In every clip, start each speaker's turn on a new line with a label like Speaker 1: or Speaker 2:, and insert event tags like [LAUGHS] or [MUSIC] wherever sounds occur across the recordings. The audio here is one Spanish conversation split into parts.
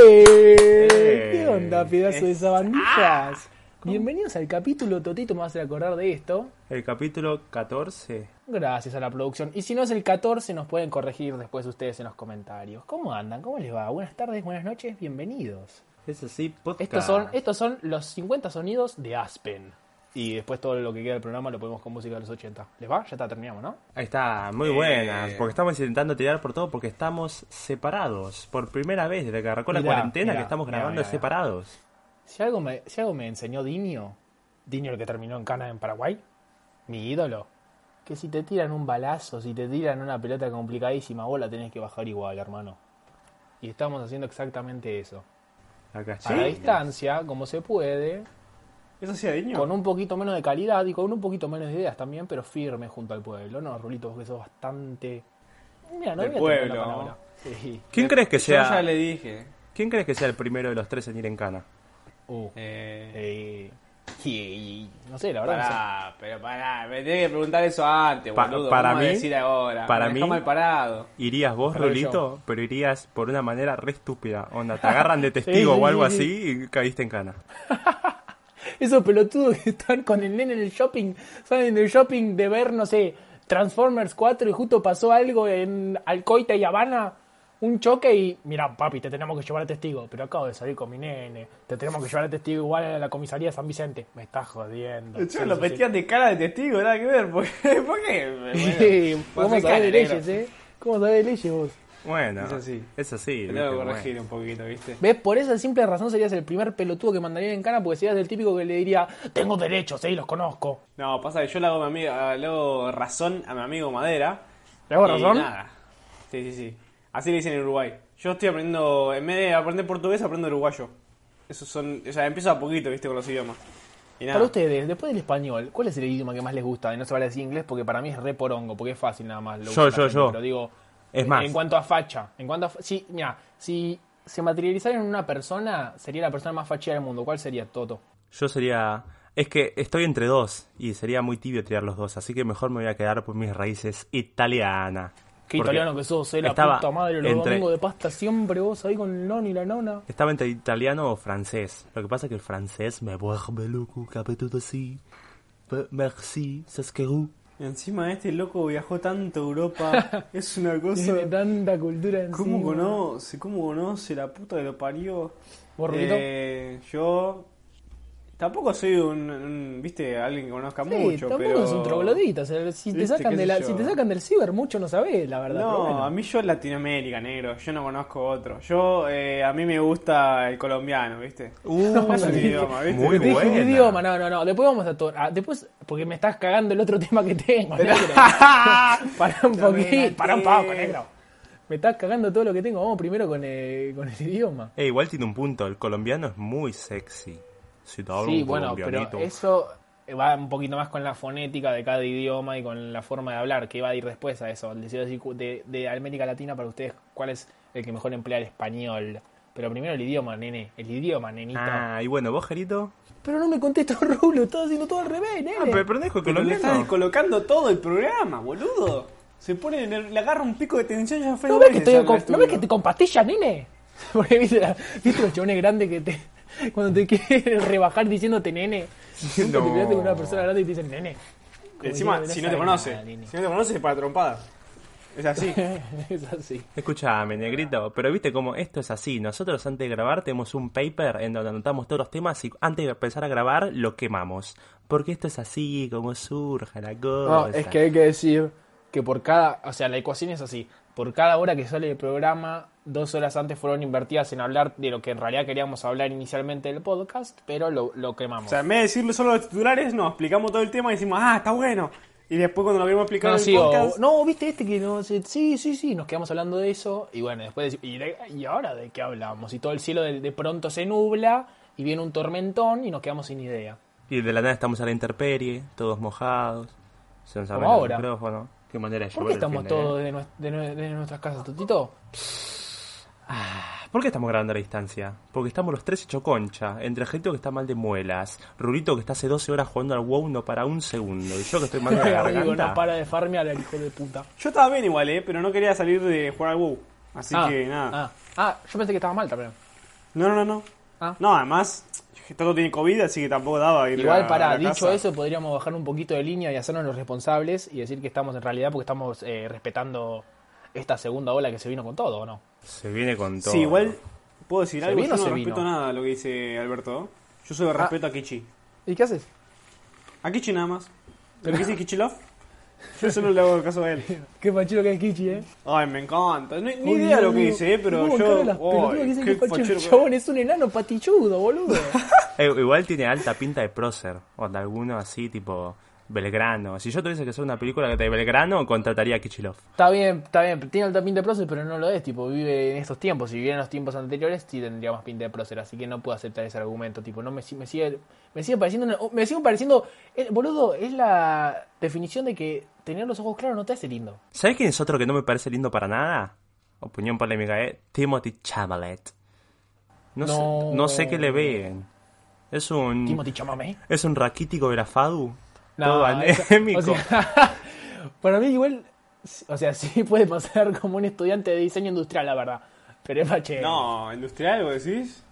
Speaker 1: ¡Eh! ¿Qué onda, pedazo de sabandijas? Bienvenidos al capítulo, Totito me vas a acordar de esto.
Speaker 2: El capítulo 14.
Speaker 1: Gracias a la producción. Y si no es el 14, nos pueden corregir después ustedes en los comentarios. ¿Cómo andan? ¿Cómo les va? Buenas tardes, buenas noches, bienvenidos.
Speaker 2: Es así, podcast.
Speaker 1: Estos son, estos son los 50 sonidos de Aspen. Y después todo lo que queda del programa lo ponemos con música de los 80. ¿Les va? Ya está, terminamos, ¿no?
Speaker 2: Ahí está, muy buenas. Porque estamos intentando tirar por todo porque estamos separados. Por primera vez desde que arrancó la
Speaker 1: Mirá,
Speaker 2: cuarentena
Speaker 1: mirá,
Speaker 2: que estamos
Speaker 1: mirá,
Speaker 2: grabando
Speaker 1: mirá, mirá.
Speaker 2: separados.
Speaker 1: Si algo me, si algo me enseñó Dinio, Dinio el que terminó en Cana en Paraguay, mi ídolo, que si te tiran un balazo, si te tiran una pelota complicadísima, vos la tenés que bajar igual, hermano. Y estamos haciendo exactamente eso.
Speaker 2: Acá
Speaker 1: A la
Speaker 2: está.
Speaker 1: distancia, como se puede,
Speaker 3: ¿Eso hacía Diño?
Speaker 1: con un poquito menos de calidad y con un poquito menos de ideas también, pero firme junto al pueblo. No, Rulito, vos que sos bastante... Mira, no
Speaker 3: Del
Speaker 1: voy a tener la
Speaker 3: pueblo.
Speaker 1: palabra. Sí.
Speaker 2: ¿Quién
Speaker 3: Me-
Speaker 2: crees que
Speaker 3: Yo
Speaker 2: sea?
Speaker 3: ya le dije.
Speaker 2: ¿Quién crees que sea el primero de los tres en ir en cana?
Speaker 1: Uh,
Speaker 3: Eh,
Speaker 1: eh, sí, no sé, la verdad. no sé.
Speaker 3: pará, pero pará. Me tenés que preguntar eso antes,
Speaker 2: Pa-
Speaker 3: boludo.
Speaker 2: para
Speaker 3: ¿Cómo
Speaker 2: mí-
Speaker 3: decir ahora?
Speaker 2: para mí-
Speaker 3: Me dejó mal parado.
Speaker 2: Irías vos,
Speaker 1: Creo que
Speaker 2: Rulito, pero irías por una manera re estúpida. Onda, te
Speaker 1: [LAUGHS]
Speaker 2: agarran de testigo
Speaker 1: sí,
Speaker 2: o algo
Speaker 1: sí,
Speaker 2: así y caíste en cana.
Speaker 1: Esos pelotudos que están con el nene en el shopping, salen del shopping de ver, no sé, Transformers 4 y justo pasó algo en Alcoita y Habana, un choque y, mira papi, te tenemos que llevar a testigo, pero acabo de salir con mi nene, te tenemos que llevar a testigo igual a la comisaría de San Vicente, me estás jodiendo.
Speaker 3: Yo
Speaker 1: Sí,
Speaker 3: lo
Speaker 1: sí,
Speaker 3: metían de cara de testigo, nada que ver. [LAUGHS] ¿Por qué? ¿Por qué?
Speaker 1: sí.
Speaker 3: Bueno,
Speaker 1: ¿Cómo
Speaker 3: vos
Speaker 1: sabés
Speaker 3: sos
Speaker 1: de
Speaker 3: negro.
Speaker 1: leyes, eh? ¿Cómo sabés de leyes vos?
Speaker 2: Bueno,
Speaker 3: Es así.
Speaker 2: Es así.
Speaker 3: Te tengo que
Speaker 2: viste,
Speaker 3: corregir
Speaker 2: bueno.
Speaker 3: un poquito, ¿viste?
Speaker 1: ¿Ves? Por esa simple razón serías el primer pelotudo que mandaría en cana porque serías el típico que le diría, tengo derechos, eh, y los conozco.
Speaker 3: No, pasa que yo le hago, a mi amigo, eh, le hago razón a mi amigo Madera.
Speaker 1: ¿Le hago
Speaker 3: y
Speaker 1: razón?
Speaker 3: Nada. Sí, sí, sí. Así le dicen en Uruguay. Yo estoy aprendiendo, en vez de aprender portugués, aprendo uruguayo. Esos son, o sea, empiezo a poquito, viste, con los idiomas. Y nada.
Speaker 1: Para ustedes, después del español, ¿cuál es el idioma que más les gusta? Y no se vale decir inglés porque para mí es re porongo, porque es fácil nada más. Lo
Speaker 2: Yo,
Speaker 1: usa la
Speaker 2: yo,
Speaker 1: gente,
Speaker 2: yo.
Speaker 1: Pero digo,
Speaker 2: Es
Speaker 1: en-
Speaker 2: más.
Speaker 1: En cuanto a facha, en cuanto a fa- sí, mira, si se materializara en una persona, sería la persona más fachera del mundo. ¿Cuál sería Toto?
Speaker 2: Yo sería. Es que estoy entre dos y sería muy tibio tirar los dos, así que mejor me voy a quedar por mis raíces italiana.
Speaker 1: Qué
Speaker 2: Porque
Speaker 1: italiano que sos, eh, la
Speaker 2: estaba
Speaker 1: puta madre, los
Speaker 2: entre-
Speaker 1: domingos de pasta siempre vos ahí con el non y la
Speaker 3: [LAUGHS]
Speaker 1: nona.
Speaker 2: Estaba entre italiano o francés. Lo que pasa es que el francés me vuelve loco, capítulo así. Pe- Merci, c'est que vous.
Speaker 3: Encima este loco viajó tanto a Europa.
Speaker 1: [LAUGHS]
Speaker 3: es una cosa.
Speaker 1: Tiene tanta cultura encima.
Speaker 3: ¿Cómo conoce? ¿Cómo conoce la puta que lo parió?
Speaker 1: ¿Vos, Rubito?
Speaker 3: Eh, yo. Tampoco soy un, un- ¿Viste? Alguien que conozca
Speaker 1: Sí,
Speaker 3: mucho.
Speaker 1: tampoco
Speaker 3: pero...
Speaker 1: es un troglodita. o sea, si, te
Speaker 3: Viste,
Speaker 1: sacan
Speaker 3: qué
Speaker 1: de
Speaker 3: sé
Speaker 1: la-
Speaker 3: yo.
Speaker 1: si te sacan del ciber, mucho no sabés, la verdad. pero
Speaker 3: No,
Speaker 1: bueno.
Speaker 3: a mí yo Latinoamérica, negro. Yo no conozco otro. Yo, eh, a mí me gusta el colombiano,
Speaker 2: [LAUGHS]
Speaker 3: ¿viste? es un idioma, ¿viste?
Speaker 2: Uh, muy
Speaker 1: Te dije un
Speaker 2: buena.
Speaker 1: idioma, no, no, no. Después vamos a, to- a- Después, porque me estás cagando el otro [LAUGHS] tema que tengo, [LAUGHS] negro. Pará un
Speaker 3: Ya me
Speaker 1: poquito,
Speaker 3: gané.
Speaker 1: pará un poco, negro. Me estás cagando todo lo que tengo. Vamos primero con, eh, con el idioma.
Speaker 2: Eh, igual tiene un punto, el colombiano es muy sexy. Si te hablo
Speaker 1: Sí,
Speaker 2: un
Speaker 1: bueno, pero
Speaker 2: colombianito.
Speaker 1: eso eh, va un poquito más con la fonética de cada idioma y con la forma de hablar, que va a ir después a eso. El deseo de, de- de América Latina para ustedes, ¿cuál es el que mejor emplea el español? Pero primero el idioma, nene. El idioma, nenito.
Speaker 2: Ah, y bueno, vos, Gerito.
Speaker 1: Pero no me contestó [LAUGHS] Rulo, estás haciendo todo al revés, nene.
Speaker 2: Ah, pero pero no dijo
Speaker 3: Pero le estás
Speaker 2: colombiano.
Speaker 3: descolocando todo el programa, boludo. Se pone, en el- le agarra un pico de tensión ya fue
Speaker 1: ¿No ves, que estoy con, ¿No ves que estoy con pastillas, nene? [LAUGHS] Porque viste, la- viste los chabones grandes que te. Cuando te quieren rebajar diciéndote nene. Nunca te
Speaker 2: No.
Speaker 1: peleaste con una persona grande y te dicen nene. Como
Speaker 3: Encima,
Speaker 1: diciendo,
Speaker 3: si no te
Speaker 1: sabes
Speaker 3: conoce,
Speaker 1: nada, nene.
Speaker 3: si no te conoce es para trompada. Es así.
Speaker 1: [LAUGHS] es así.
Speaker 2: Escuchame, negrito, pero viste cómo esto es así. Nosotros antes de grabar tenemos un paper en donde anotamos todos los temas y antes de empezar a grabar lo quemamos. Porque esto es así, como surge la cosa.
Speaker 1: No, es que hay que decir que por cada, o sea, la ecuación es así, por cada hora que sale el programa, dos horas antes fueron invertidas en hablar de lo que en realidad queríamos hablar inicialmente del podcast, pero lo, lo quemamos.
Speaker 3: O sea, en vez de decirle solo los titulares, nos explicamos todo el tema y decimos, ah, está bueno. Y después cuando lo queremos explicar
Speaker 1: No,
Speaker 3: en el
Speaker 1: Ah, sí, o-
Speaker 3: podcast,
Speaker 1: no, viste este que no sé, sí, sí, sí, nos quedamos hablando de eso y bueno, después dec- y, de- y ahora de qué hablamos y todo el cielo de, de pronto se nubla y viene un tormentón y nos quedamos sin idea.
Speaker 2: Y de la nada estamos a la intemperie, todos mojados. Se nos
Speaker 1: Como
Speaker 2: abre el
Speaker 1: ahora.
Speaker 2: micrófono. Qué manera de
Speaker 1: ¿Por
Speaker 2: llevar
Speaker 1: qué
Speaker 2: el ¿eh?
Speaker 1: estamos
Speaker 2: fin de-
Speaker 1: todos de, nue- de nue- de nuestras casas, Totito?
Speaker 2: ¿Por qué estamos grabando a la distancia? Porque estamos los tres hecho concha. Entre gente que está mal de muelas, Rurito que está hace 12 horas jugando al WoW no para un segundo. Y yo que estoy mal de la
Speaker 1: [LAUGHS] Digo,
Speaker 2: garganta.
Speaker 1: no para de farmear el hijo de puta.
Speaker 3: yo estaba bien igual, eh, pero no quería salir de jugar al WoW. Así
Speaker 1: Ah,
Speaker 3: que nada.
Speaker 1: Ah, Ah, yo pensé que estaba mal también.
Speaker 3: No, no, no, no.
Speaker 1: Ah.
Speaker 3: No, además, Toto tiene COVID, así que tampoco daba ir
Speaker 1: Igual,
Speaker 3: a-
Speaker 1: para,
Speaker 3: a la
Speaker 1: dicho
Speaker 3: casa.
Speaker 1: eso, podríamos bajar un poquito de línea y hacernos los responsables y decir que estamos en realidad porque estamos eh, respetando esta segunda ola que se vino con todo, ¿o no?
Speaker 2: Se viene con todo.
Speaker 3: Sí, igual, ¿puedo decir
Speaker 1: ¿Se
Speaker 3: algo?
Speaker 1: vino Ah.
Speaker 3: Yo
Speaker 1: o
Speaker 3: no
Speaker 1: se
Speaker 3: respeto
Speaker 1: vino?
Speaker 3: nada de lo que dice Alberto. Yo solo respeto a Kichi.
Speaker 1: ¿Y qué haces?
Speaker 3: A Kichi nada más. Lo que dice Kichilov, yo solo le hago caso a él.
Speaker 1: [LAUGHS] Qué panchero que es Kichi, ¿eh?
Speaker 3: Ay, me encanta. Ni, ni idea lo que dice, eh, pero yo. ay, qué fachero que-
Speaker 1: Chabón, es un enano patilludo,
Speaker 3: [LAUGHS]
Speaker 1: boludo.
Speaker 2: Eh, igual tiene alta pinta de prócer. O de alguno así, tipo Belgrano. Si yo tuviese que hacer una película de Belgrano, contrataría a Kichilov.
Speaker 1: está bien, está bien. Tiene alta pinta de prócer, pero no lo es. Tipo, vive en estos tiempos. Si viviera en los tiempos anteriores, sí tendría más pinta de prócer. Así que no puedo aceptar ese argumento. Tipo, no me, si- me sigue... Me sigue pareciendo... una- me sigue pareciendo... eh, boludo, es la definición de que tener los ojos claros no te hace lindo.
Speaker 2: ¿Sabes quién es otro que no me parece lindo para nada? Opinión polémica, ¿eh? Timothy Chalamet. No,
Speaker 1: No.
Speaker 2: Sé, no sé qué le ven. Es un.
Speaker 3: Mm.
Speaker 1: Timothy Chamamé.
Speaker 2: Es un raquítico de la FADU.
Speaker 1: No,
Speaker 2: todo
Speaker 1: eso-
Speaker 3: [LAUGHS]
Speaker 2: anémico.
Speaker 1: o sea, [LAUGHS] para mí igual, o sea, [LAUGHS] sí puede pasar como un estudiante de diseño industrial, la verdad. Pero es bache.
Speaker 3: No, industrial, vos decís.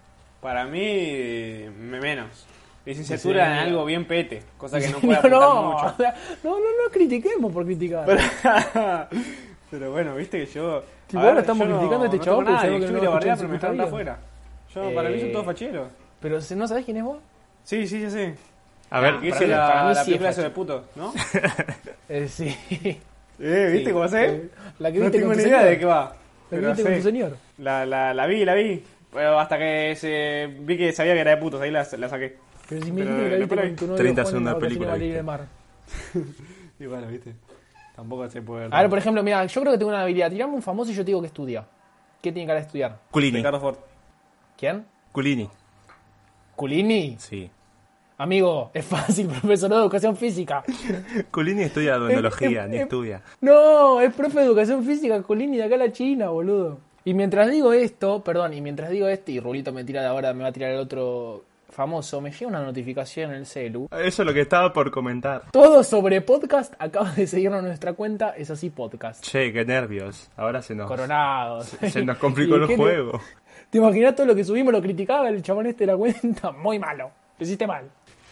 Speaker 3: Para mí, me menos. Licenciatura en algo bien pete,
Speaker 1: [LAUGHS]
Speaker 3: cosa que no puede apuntar
Speaker 1: no, o
Speaker 3: mucho.
Speaker 1: sea, no, no, no critiquemos por criticar.
Speaker 3: pero bueno, viste que yo.
Speaker 1: Igual lo estamos criticando a este chabón porque
Speaker 3: porque
Speaker 1: sabemos
Speaker 3: yo
Speaker 1: que no
Speaker 3: no la
Speaker 1: va a
Speaker 3: bardear,
Speaker 1: escuchar
Speaker 3: pero
Speaker 1: en su
Speaker 3: me están
Speaker 1: puta vida.
Speaker 3: afuera. Yo, para mí son
Speaker 1: Eh,
Speaker 3: todos facheros.
Speaker 1: Pero si no sabes quién es vos,
Speaker 3: Sí, sí, ya sé.
Speaker 2: A
Speaker 3: Para
Speaker 2: ver,
Speaker 3: mí
Speaker 1: para
Speaker 3: sí,
Speaker 1: mí-
Speaker 3: la,
Speaker 1: para mí
Speaker 3: la
Speaker 1: sí es
Speaker 3: película se
Speaker 1: facha.
Speaker 3: de puto,
Speaker 1: [LAUGHS]
Speaker 3: ¿no?
Speaker 1: eh, sí.
Speaker 3: eh, ¿viste
Speaker 1: Sí.
Speaker 3: cómo hace?
Speaker 1: Eh, la que
Speaker 3: no
Speaker 1: viste
Speaker 3: tengo
Speaker 1: con
Speaker 3: ni
Speaker 1: tu
Speaker 3: idea
Speaker 1: señor.
Speaker 3: de qué va.
Speaker 1: ¿Lo
Speaker 3: pero
Speaker 1: viste con
Speaker 3: sé.
Speaker 1: tu señor?
Speaker 3: La, la, la vi, la vi. Pero hasta que se, vi que sabía que era de putos, ahí la, la saqué.
Speaker 1: Pero si me
Speaker 3: Pero,
Speaker 1: dijiste que la
Speaker 3: eh,
Speaker 1: viste
Speaker 3: después la
Speaker 1: con
Speaker 3: vi.
Speaker 1: tu novio
Speaker 2: 30
Speaker 1: Juan en
Speaker 2: segundos de
Speaker 1: vacaciones
Speaker 2: película,
Speaker 1: a Valeria
Speaker 2: viste.
Speaker 1: del Mar.
Speaker 3: Y bueno, viste. Tampoco se puede ver.
Speaker 1: A ver, por ejemplo, mira, yo creo que tengo una habilidad. Tirame un famoso y yo te digo que estudia. ¿Qué tiene cara de estudiar?
Speaker 2: Culini.
Speaker 3: Ricardo Ford.
Speaker 1: ¿Quién?
Speaker 2: Culini,
Speaker 1: ¿Culini?
Speaker 2: sí.
Speaker 1: Amigo, es fácil, [LAUGHS] profesorado de educación física.
Speaker 2: Culini
Speaker 1: [LAUGHS]
Speaker 2: estudia odontología,
Speaker 1: Eh,
Speaker 2: ni
Speaker 1: eh,
Speaker 2: estudia.
Speaker 1: No, es profe de educación física, Colini de acá a la China, boludo. Y mientras digo esto, perdón, y mientras digo esto, y Rulito me tira de ahora, me va a tirar el otro famoso, me llega una notificación en el celu.
Speaker 2: Eso es lo que estaba por comentar.
Speaker 1: Todo sobre podcast acaba de seguirnos en nuestra cuenta, es así podcast.
Speaker 2: Che, qué nervios. Ahora se nos,
Speaker 1: Coronados.
Speaker 2: se nos
Speaker 1: [LAUGHS]
Speaker 2: complicó
Speaker 1: ¿Y
Speaker 2: el
Speaker 1: qué le-
Speaker 2: juego.
Speaker 1: ¿Te imaginas todo lo que subimos lo criticaba el chabón este de la cuenta? [LAUGHS] Muy malo. Lo hiciste mal.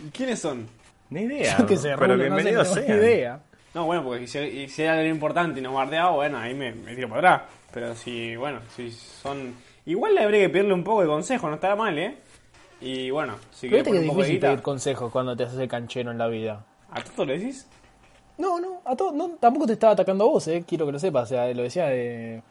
Speaker 3: ¿Y quiénes son?
Speaker 2: Ni idea.
Speaker 1: Yo qué sé,
Speaker 2: pero
Speaker 1: Rulo, no
Speaker 2: bienvenidos
Speaker 1: sé, no tengo
Speaker 2: sean.
Speaker 1: ni idea.
Speaker 3: No, bueno, porque si, si era algo importante y nos bardeaba, bueno, ahí me, me tiro para atrás. Pero si, bueno, si son... Igual le habría que pedirle un poco de consejo, no estará mal, ¿eh? Y bueno, si
Speaker 1: Pero viste que
Speaker 3: querés poner
Speaker 1: es
Speaker 3: un poco de
Speaker 1: difícil
Speaker 3: guita...
Speaker 1: pedir consejos cuando te haces el canchero en la vida.
Speaker 3: ¿A Toto le decís?
Speaker 1: No, no, a todo, no, tampoco te estaba atacando a vos, eh, quiero que lo sepas. O sea, lo decía eh,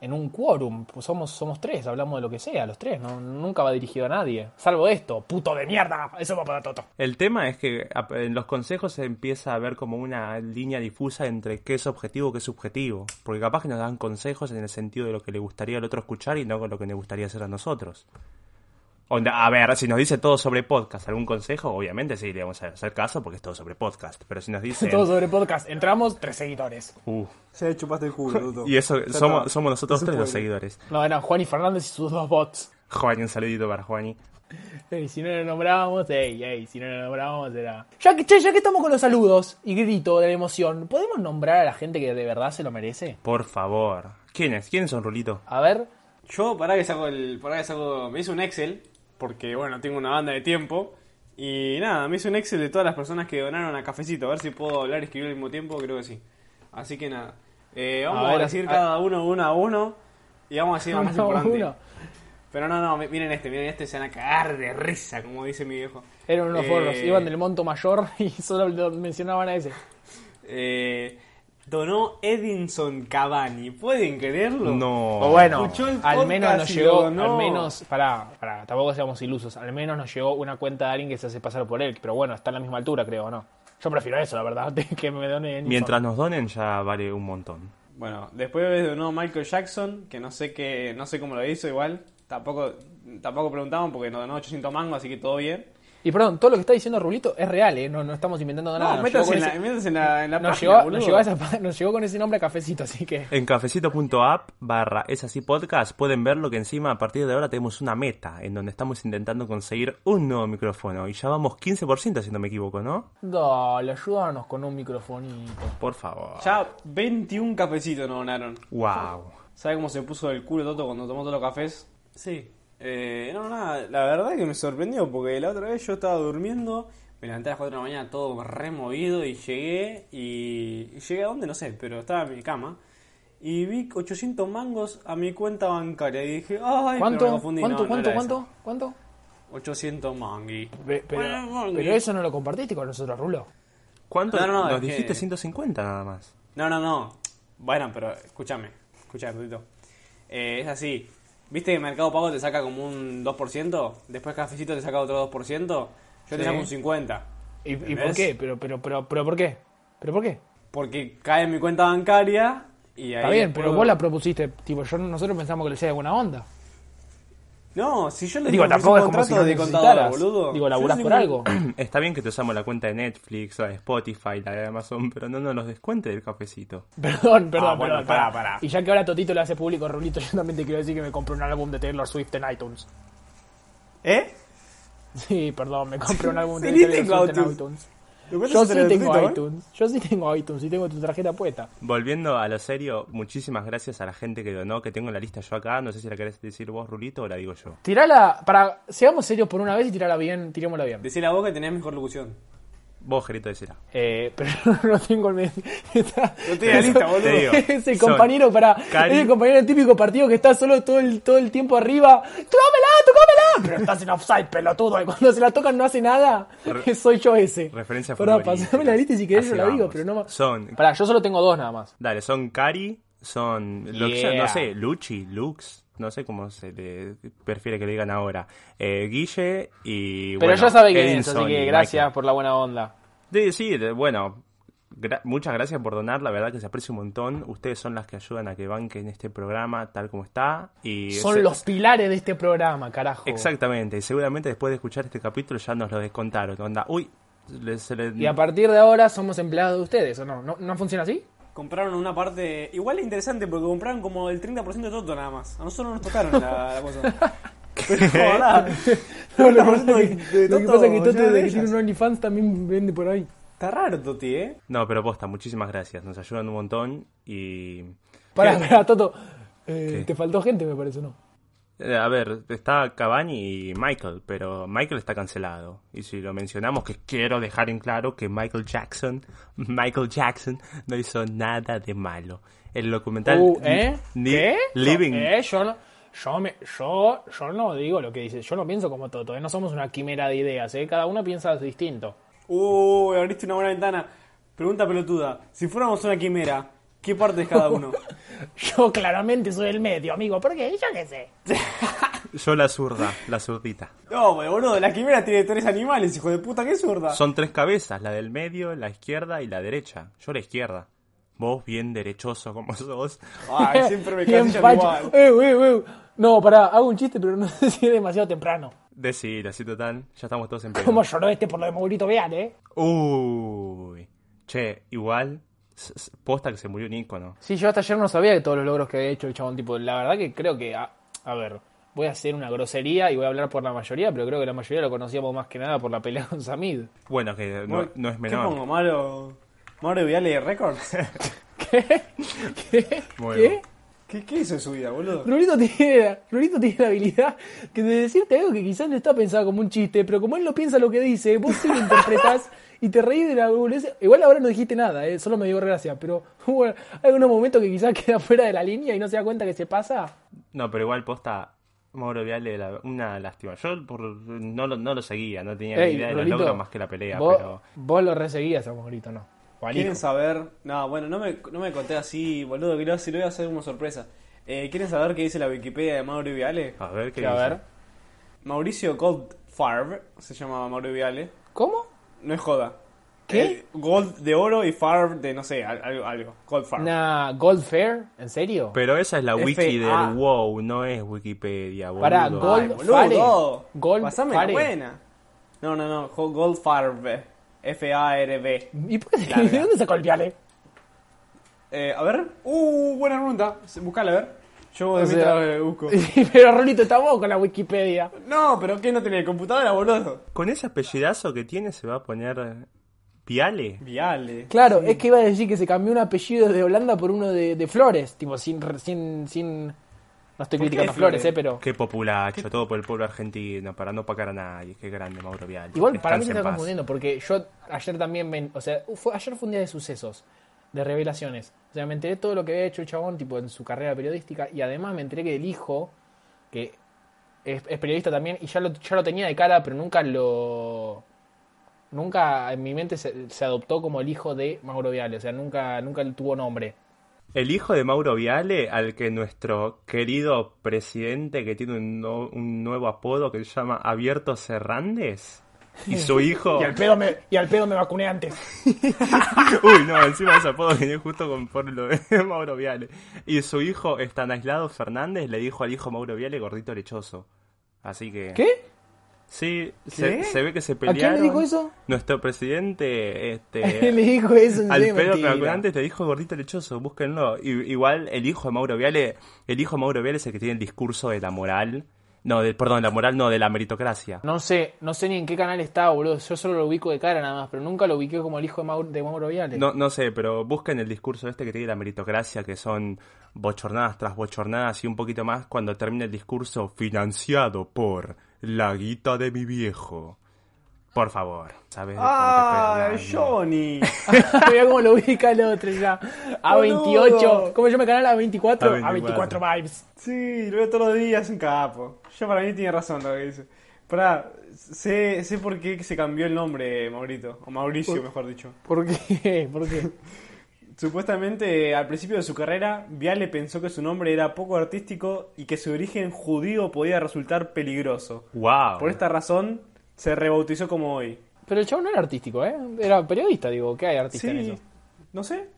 Speaker 1: en un quórum. pues somos, somos tres, hablamos de lo que sea, los tres. No, nunca va dirigido a nadie. Salvo esto, puto de mierda. Eso va para Toto.
Speaker 2: El tema es que ap- en los consejos se empieza a ver como una línea difusa entre qué es objetivo y qué es subjetivo. Porque capaz que nos dan consejos en el sentido de lo que le gustaría al otro escuchar y no con lo que le gustaría hacer a nosotros. Onda, a ver, si nos dice todo sobre podcast, algún consejo, obviamente sí, le vamos a hacer caso porque es todo sobre podcast. Pero si nos dice...
Speaker 1: [LAUGHS] Todo sobre podcast. Entramos, tres seguidores.
Speaker 2: Uh,
Speaker 3: Se chupaste
Speaker 2: [LAUGHS]
Speaker 3: el culo, Toto.
Speaker 2: y eso,
Speaker 3: Ya está.
Speaker 2: somos, somos nosotros
Speaker 3: Es un
Speaker 2: tres los
Speaker 3: spoiler.
Speaker 2: seguidores.
Speaker 1: No, eran Juan y Fernández y sus dos bots.
Speaker 2: Juani, un saludito para Juani.
Speaker 1: [LAUGHS] Ey, si no lo nombrábamos, ey, ey, si no lo nombrábamos era... Ya que, che, ya que estamos con los saludos y grito de la emoción, ¿podemos nombrar a la gente que de verdad se lo merece?
Speaker 2: Por favor. ¿Quiénes? ¿Quiénes son, Rulito?
Speaker 1: A ver,
Speaker 3: Yo, pará que saco el. Pará que saco. Me hice un Excel, porque bueno, tengo una banda de tiempo. Y nada, me hice un Excel de todas las personas que donaron a cafecito. A ver si puedo hablar y escribir al mismo tiempo, creo que sí. Así que nada. Eh, vamos
Speaker 1: A
Speaker 3: a,
Speaker 1: ver,
Speaker 3: decir
Speaker 1: a-
Speaker 3: cada uno, uno a uno. Y vamos a decir lo
Speaker 1: [LAUGHS]
Speaker 3: más
Speaker 1: Uno a
Speaker 3: importante.
Speaker 1: uno.
Speaker 3: Pero no, no, mi- miren este, miren este, se van a cagar de risa, como dice mi viejo.
Speaker 1: eran unos
Speaker 3: Eh,
Speaker 1: forros, iban del monto mayor [LAUGHS] y solo lo mencionaban a ese.
Speaker 3: eh, donó Edinson Cavani. ¿Pueden creerlo?
Speaker 2: No.
Speaker 1: O bueno,
Speaker 3: Escuchó el
Speaker 1: al menos
Speaker 3: podcast
Speaker 1: nos
Speaker 3: y
Speaker 1: llegó,
Speaker 3: lo donó.
Speaker 1: al menos, pará, pará, tampoco seamos ilusos, al menos nos llegó una cuenta de alguien que se hace pasar por él, pero bueno, está a la misma altura, creo, ¿no? Yo prefiero eso, la verdad, [LAUGHS] que me donen.
Speaker 2: Mientras nos donen ya vale un montón.
Speaker 3: Bueno, después donó Michael Jackson, que no sé qué, no sé cómo lo hizo igual. Tampoco, tampoco preguntaban porque nos donó 800 mangos, así que todo bien.
Speaker 1: Y perdón, todo lo que está diciendo Rulito es real, ¿eh? No, no estamos inventando nada.
Speaker 3: no,
Speaker 1: nos llegó
Speaker 3: métanse
Speaker 1: con
Speaker 3: en, la,
Speaker 1: ese-
Speaker 3: métanse en la, en la
Speaker 1: nos
Speaker 3: página,
Speaker 1: llegó,
Speaker 3: boludo.
Speaker 1: nos llegó a esa pa- nos llegó con ese nombre a cafecito, así que.
Speaker 2: En cafecito.app barra es así podcast pueden ver lo que encima a partir de ahora tenemos una meta en donde estamos intentando conseguir un nuevo micrófono y ya vamos 15% si no me equivoco, ¿no?
Speaker 1: Dale, ayúdanos con un microfonito.
Speaker 2: Por favor.
Speaker 3: Ya 21 cafecitos nos donaron.
Speaker 2: Wow.
Speaker 3: ¿Sabe cómo se puso el culo Toto cuando tomó todos los cafés?
Speaker 2: Sí.
Speaker 3: Eh, no, nada, la verdad que me sorprendió porque la otra vez yo estaba durmiendo, me levanté a las 4 de la mañana todo removido y llegué y, y llegué a donde no sé, pero estaba en mi cama y vi 800 mangos a mi cuenta bancaria y dije, ay,
Speaker 1: ¿Cuánto?
Speaker 3: pero me confundí,
Speaker 1: ¿Cuánto?
Speaker 3: no, no
Speaker 1: ¿Cuánto?
Speaker 3: era esa.
Speaker 1: ¿Cuánto? ¿Cuánto?
Speaker 3: 800 mangui.
Speaker 1: Ve- Pero,
Speaker 3: Bueno, bueno,
Speaker 1: pero
Speaker 3: y-
Speaker 1: eso no lo compartiste con nosotros, Rulo.
Speaker 2: ¿Cuánto?
Speaker 3: No, no, no,
Speaker 2: Nos
Speaker 3: es que-
Speaker 2: dijiste 150 nada más. [CLEARS THROAT]
Speaker 3: No, no, no. Bueno, pero escúchame, escúchame, Tutito. Eh, es así. ¿Viste que Mercado Pago te saca como un 2%? Después Cafecito te saca otro 2%. Yo te
Speaker 1: Sí.
Speaker 3: saco un 50%.
Speaker 1: ¿Y, y por
Speaker 3: ¿Entendés?
Speaker 1: qué? Pero, pero, pero, pero, ¿por qué? ¿Pero por qué?
Speaker 3: Porque cae en mi cuenta bancaria y ahí...
Speaker 1: Está bien,
Speaker 3: después-
Speaker 1: pero vos la propusiste. Tipo, yo, nosotros pensamos que le sea de buena onda.
Speaker 3: No, si yo le
Speaker 1: Digo,
Speaker 3: ofrecí
Speaker 1: tampoco
Speaker 3: un
Speaker 1: es como si
Speaker 3: contrato
Speaker 1: lo
Speaker 3: de contador,
Speaker 1: necesitaras.
Speaker 3: boludo.
Speaker 1: Digo,
Speaker 3: Yo
Speaker 1: laburás
Speaker 3: soy
Speaker 1: por
Speaker 3: un-
Speaker 1: algo.
Speaker 2: Está bien que te usamos la cuenta de Netflix, la de Spotify, la de Amazon, pero no nos los descuente del cafecito.
Speaker 1: [LAUGHS] Perdón, perdón,
Speaker 3: Ah, bueno,
Speaker 1: perdón.
Speaker 3: pará,
Speaker 1: perdón.
Speaker 3: pará.
Speaker 1: Y ya que ahora Totito le hace público, Rulito, [LAUGHS] yo también te quiero decir que me compré un álbum de Taylor Swift en iTunes. [LAUGHS]
Speaker 3: ¿Eh?
Speaker 1: Sí, perdón, me compré un álbum de
Speaker 3: [LAUGHS] Sí, ni
Speaker 1: Taylor
Speaker 3: tengo
Speaker 1: Swift en
Speaker 3: iTunes.
Speaker 1: iTunes.
Speaker 3: Lo metes
Speaker 1: Yo
Speaker 3: en
Speaker 1: sí
Speaker 3: el
Speaker 1: tengo
Speaker 3: tutito, ¿eh?
Speaker 1: iTunes. Yo sí tengo iTunes y tengo tu tarjeta puesta.
Speaker 2: Volviendo a lo serio, muchísimas gracias a la gente que donó, que tengo la lista yo acá. No sé si la querés decir vos, Rulito, o la digo yo.
Speaker 1: Tirala, para, seamos serios por una vez y tirala bien, tirémosla bien.
Speaker 3: Decí la voz que tenés mejor locución.
Speaker 2: Vos, Gerito, decirá.
Speaker 1: Eh, [LAUGHS] pero no tengo el medio. Está-
Speaker 3: No tenía lista, boludo.
Speaker 2: Te
Speaker 1: [LAUGHS]
Speaker 2: digo,
Speaker 1: es el
Speaker 2: son
Speaker 1: compañero para.
Speaker 2: Cari-
Speaker 1: Es el compañero del típico partido que está solo todo el, todo el tiempo arriba. ¡Tócamela, tócamela! Pero estás en offside, pelotudo. Y cuando se la tocan no hace nada. [LAUGHS]
Speaker 2: Re-
Speaker 1: Soy yo ese.
Speaker 2: Referencia
Speaker 1: Perdón,
Speaker 2: futbolística.
Speaker 1: pasame la lista y si querés
Speaker 2: Así
Speaker 1: yo la digo,
Speaker 2: vamos.
Speaker 1: pero no más.
Speaker 2: Son.
Speaker 1: Pará, yo solo tengo dos nada más.
Speaker 2: Dale, son Cari, son. lo que sea,
Speaker 1: Yeah.
Speaker 2: no sé, Luchi, Lux. No sé cómo se le prefiere que le digan ahora. Eh, Guille y.
Speaker 1: Pero
Speaker 2: bueno,
Speaker 1: ya sabe quién es,
Speaker 2: Edinson
Speaker 1: así
Speaker 2: y
Speaker 1: que
Speaker 2: Michael.
Speaker 1: gracias por la buena onda.
Speaker 2: Sí, sí, de- bueno, gra- muchas gracias por donar, la verdad que se aprecia un montón. Ustedes son las que ayudan a que banquen este programa tal como está. Y
Speaker 1: Son
Speaker 2: se-
Speaker 1: los pilares de este programa, carajo.
Speaker 2: Exactamente, y seguramente después de escuchar este capítulo ya nos lo descontaron. Onda, uy, le- se le-
Speaker 1: Y a partir de ahora somos empleados de ustedes, ¿o no? ¿No, no funciona así?
Speaker 3: Compraron una parte... Igual es interesante porque compraron como el 30% de Toto nada más. A nosotros no nos tocaron la, la cosa.
Speaker 1: [LAUGHS]
Speaker 3: Pero nada.
Speaker 1: No, [LAUGHS] lo,
Speaker 3: 30%
Speaker 1: que-
Speaker 3: de- de
Speaker 1: lo que
Speaker 3: Toto
Speaker 1: pasa es que
Speaker 3: ya
Speaker 1: Toto,
Speaker 3: de
Speaker 1: desde que
Speaker 3: ellas.
Speaker 1: tiene un OnlyFans, también vende por ahí.
Speaker 3: Está raro, Toti, ¿eh?
Speaker 2: No, pero posta, muchísimas gracias, nos ayudan un montón y...
Speaker 1: Pará, pará, Toto. Eh,
Speaker 2: ¿Qué?
Speaker 1: te faltó gente, me parece, ¿no?
Speaker 2: Eh, A ver, está Cavani y Michael, pero Michael está cancelado. Y si lo mencionamos, que quiero dejar en claro que Michael Jackson, [LAUGHS] Michael Jackson no hizo nada de malo. El documental
Speaker 1: Uh, ¿eh?
Speaker 2: Ni-
Speaker 1: ¿Qué?
Speaker 2: Living,
Speaker 1: Yo, eh, yo no, yo, me- yo, yo no digo lo que dices, yo no pienso como Toto, eh, no somos una quimera de ideas, eh, cada uno piensa distinto. [LAUGHS]
Speaker 3: Uy, abriste una buena ventana. Pregunta pelotuda. Si fuéramos una quimera, ¿qué parte es cada uno?
Speaker 1: Yo claramente soy el medio, amigo, ¿por qué? Yo qué sé.
Speaker 2: yo la zurda, la zurdita.
Speaker 3: No, pero, boludo, la quimera tiene tres animales, hijo de puta, qué zurda.
Speaker 2: Son tres cabezas, la del medio, la izquierda y la derecha. Yo la izquierda. Vos bien derechoso como [LAUGHS] sos.
Speaker 3: Ay, siempre me
Speaker 1: Bien
Speaker 3: casillan
Speaker 1: facho.
Speaker 3: igual.
Speaker 1: Eh, eh, eh. No, pará, hago un chiste, pero no [LAUGHS] sé si es demasiado temprano.
Speaker 2: Decir así total, ya
Speaker 1: [LAUGHS]
Speaker 2: estamos todos en pedo.
Speaker 1: Como lloró este por lo de Maurito Vean, eh.
Speaker 2: Uy. Che, igual, s- s- posta que se murió un ícono.
Speaker 1: Sí, yo hasta ayer no sabía de todos los logros que había hecho el chabón. Tipo, la verdad que creo que. A, a ver, voy a hacer una grosería y voy a hablar por la mayoría, pero creo que la mayoría lo conocíamos más que nada por la pelea con Samid.
Speaker 2: Bueno, que no, no es menor.
Speaker 3: ¿Qué pongo, Mauro? ¿Mauro
Speaker 2: [LAUGHS]
Speaker 3: Viale Records?
Speaker 2: Bueno.
Speaker 1: ¿Qué?
Speaker 3: ¿Qué, ¿Qué hizo en su vida, boludo?
Speaker 1: Rulito tiene, Rulito tiene la habilidad que de decirte algo que quizás no está pensado como un chiste, pero como él no piensa lo que dice, vos sí lo [LAUGHS] interpretás y te reís de la boludez. Igual ahora no dijiste nada, eh, solo me dio gracia, pero bueno, hay unos momentos que quizás queda fuera de la línea y no se da cuenta que se pasa.
Speaker 2: No, pero igual posta, Mauro Viale, la- una lástima. Yo por, no, lo, no lo seguía, no tenía ni
Speaker 1: Ey,
Speaker 2: idea de
Speaker 1: Rulito,
Speaker 2: los logros más que la pelea,
Speaker 1: vos,
Speaker 2: pero...
Speaker 1: vos lo reseguías a Maurito, ¿no? O al
Speaker 3: ¿Quieren
Speaker 1: hijo.
Speaker 3: saber? No, bueno, no me, no me conté así, boludo, que lo, si lo voy a hacer como sorpresa. Eh, ¿Quieren saber qué dice la Wikipedia de Mauro Viale?
Speaker 2: A ver qué
Speaker 1: A
Speaker 2: dice.
Speaker 1: ver.
Speaker 3: Mauricio Goldfarb se llama Mauro Viale.
Speaker 1: ¿Cómo?
Speaker 3: No es joda.
Speaker 1: ¿Qué?
Speaker 3: Eh, gold de oro y Farb de no sé, al- algo. algo. Goldfarb.
Speaker 1: Una Gold Fair, ¿en serio?
Speaker 2: Pero esa es la wiki
Speaker 3: FA.
Speaker 2: del WoW, no es Wikipedia, boludo.
Speaker 1: Pará,
Speaker 3: Ay,
Speaker 1: Gold-
Speaker 3: boludo.
Speaker 1: Fare. Gold
Speaker 3: Pasame la
Speaker 1: Fare.
Speaker 3: buena. No, no, no. jo- eh. Goldfarb. F-A-R-B.
Speaker 1: ¿Y por qué?
Speaker 3: Larga.
Speaker 1: [LAUGHS] ¿De dónde sacó el viale?
Speaker 3: Eh, a ver. Uh, buena pregunta. Buscala, a ver. Yo
Speaker 1: O
Speaker 3: de
Speaker 1: sea-
Speaker 3: mientras
Speaker 1: [LAUGHS]
Speaker 3: eh, [LAUGHS] busco.
Speaker 1: pero Rolito, estamos con la Wikipedia.
Speaker 3: No, pero ¿qué no tenía computadora, boludo?
Speaker 2: Con ese apellidazo que tiene se va a poner Piale.
Speaker 3: Viale.
Speaker 1: Claro, es que iba a decir que se cambió un apellido de Holanda por uno de, de Flores, tipo, sin, re- sin, sin... No estoy
Speaker 3: ¿Por qué
Speaker 1: criticando a Flores,
Speaker 3: Flores?
Speaker 1: eh, pero...
Speaker 2: Qué populacho, todo por el pueblo argentino, para no pagar a nadie. Qué grande, Mauro Viale.
Speaker 1: Igual para mí se
Speaker 2: Descanse
Speaker 1: está
Speaker 2: en paz.
Speaker 1: confundiendo, porque yo ayer también, me- o sea, fue, ayer fue un día de sucesos, de revelaciones. O sea, me enteré todo lo que había hecho el chabón, tipo, en su carrera periodística, y además me enteré que el hijo, que es, es periodista también, y ya lo, ya lo tenía de cara, pero nunca lo... Nunca en mi mente se, se adoptó como el hijo de Mauro Viale, o sea, nunca, nunca tuvo nombre.
Speaker 2: El hijo de Mauro Viale, al que nuestro querido presidente, que tiene un, no- un nuevo apodo que se llama Abierto Serrandes,
Speaker 1: [LAUGHS]
Speaker 2: y su hijo.
Speaker 1: Y al pedo
Speaker 3: Eh,
Speaker 1: me, y al pedo me vacuné antes.
Speaker 2: [LAUGHS] Uy, no, encima ese apodo [LAUGHS] venía justo con por lo de [LAUGHS] Mauro Viale. Y su hijo, Estanislao Fernández, le dijo al hijo Mauro Viale gordito lechoso. Así
Speaker 1: [LAUGHS]
Speaker 2: que.
Speaker 1: ¿Qué?
Speaker 2: Sí, se,
Speaker 3: ¿Qué?
Speaker 2: se ve que se
Speaker 1: quién
Speaker 2: pelearon.
Speaker 1: le dijo eso?
Speaker 2: Nuestro
Speaker 1: [LAUGHS]
Speaker 2: presidente,
Speaker 1: Él le
Speaker 2: este.
Speaker 1: dijo eso en
Speaker 2: al
Speaker 1: serio,
Speaker 2: pedo
Speaker 1: mentira.
Speaker 2: antes le dijo gordito lechoso, búsquenlo. I- igual el hijo de Mauro Viale, el hijo de Mauro Viale es el que tiene el discurso de la moral. No, del perdón, la moral no, de la meritocracia.
Speaker 1: No sé, no sé ni en qué canal está, boludo. Yo solo lo ubico de cara nada más, pero nunca lo ubiqué como el hijo de Mauro, de Mauro Viale.
Speaker 2: No, no sé, pero busquen el discurso este que tiene la meritocracia, que son bochornadas tras bochornadas y un poquito más cuando termina el discurso financiado por la guita de mi viejo. Por favor, ¿sabes? de
Speaker 3: ¡Ah,
Speaker 2: cómo te pegan?
Speaker 3: Johnny!
Speaker 1: [LAUGHS] Mirá cómo lo ubica el otro ya. A28.
Speaker 3: Boludo.
Speaker 1: ¿Cómo se llama el canal? A24.
Speaker 2: A24.
Speaker 1: A24 Vibes.
Speaker 3: Sí, lo veo todos los días, un capo. Yo para mí tiene razón lo que dice. Pará, sé, sé por qué se cambió el nombre, Maurito. O Mauricio, mejor dicho.
Speaker 1: ¿Por qué? [LAUGHS] ¿Por qué?
Speaker 3: Supuestamente, al principio de su carrera, Viale pensó que su nombre era poco artístico y que su origen judío podía resultar peligroso.
Speaker 2: ¡Wow!
Speaker 3: Por esta razón, se rebautizó como hoy.
Speaker 1: Pero el chabón no era artístico, ¿eh? Era periodista, digo. ¿Qué hay artista en
Speaker 3: Sí,
Speaker 1: eso?
Speaker 3: no sé.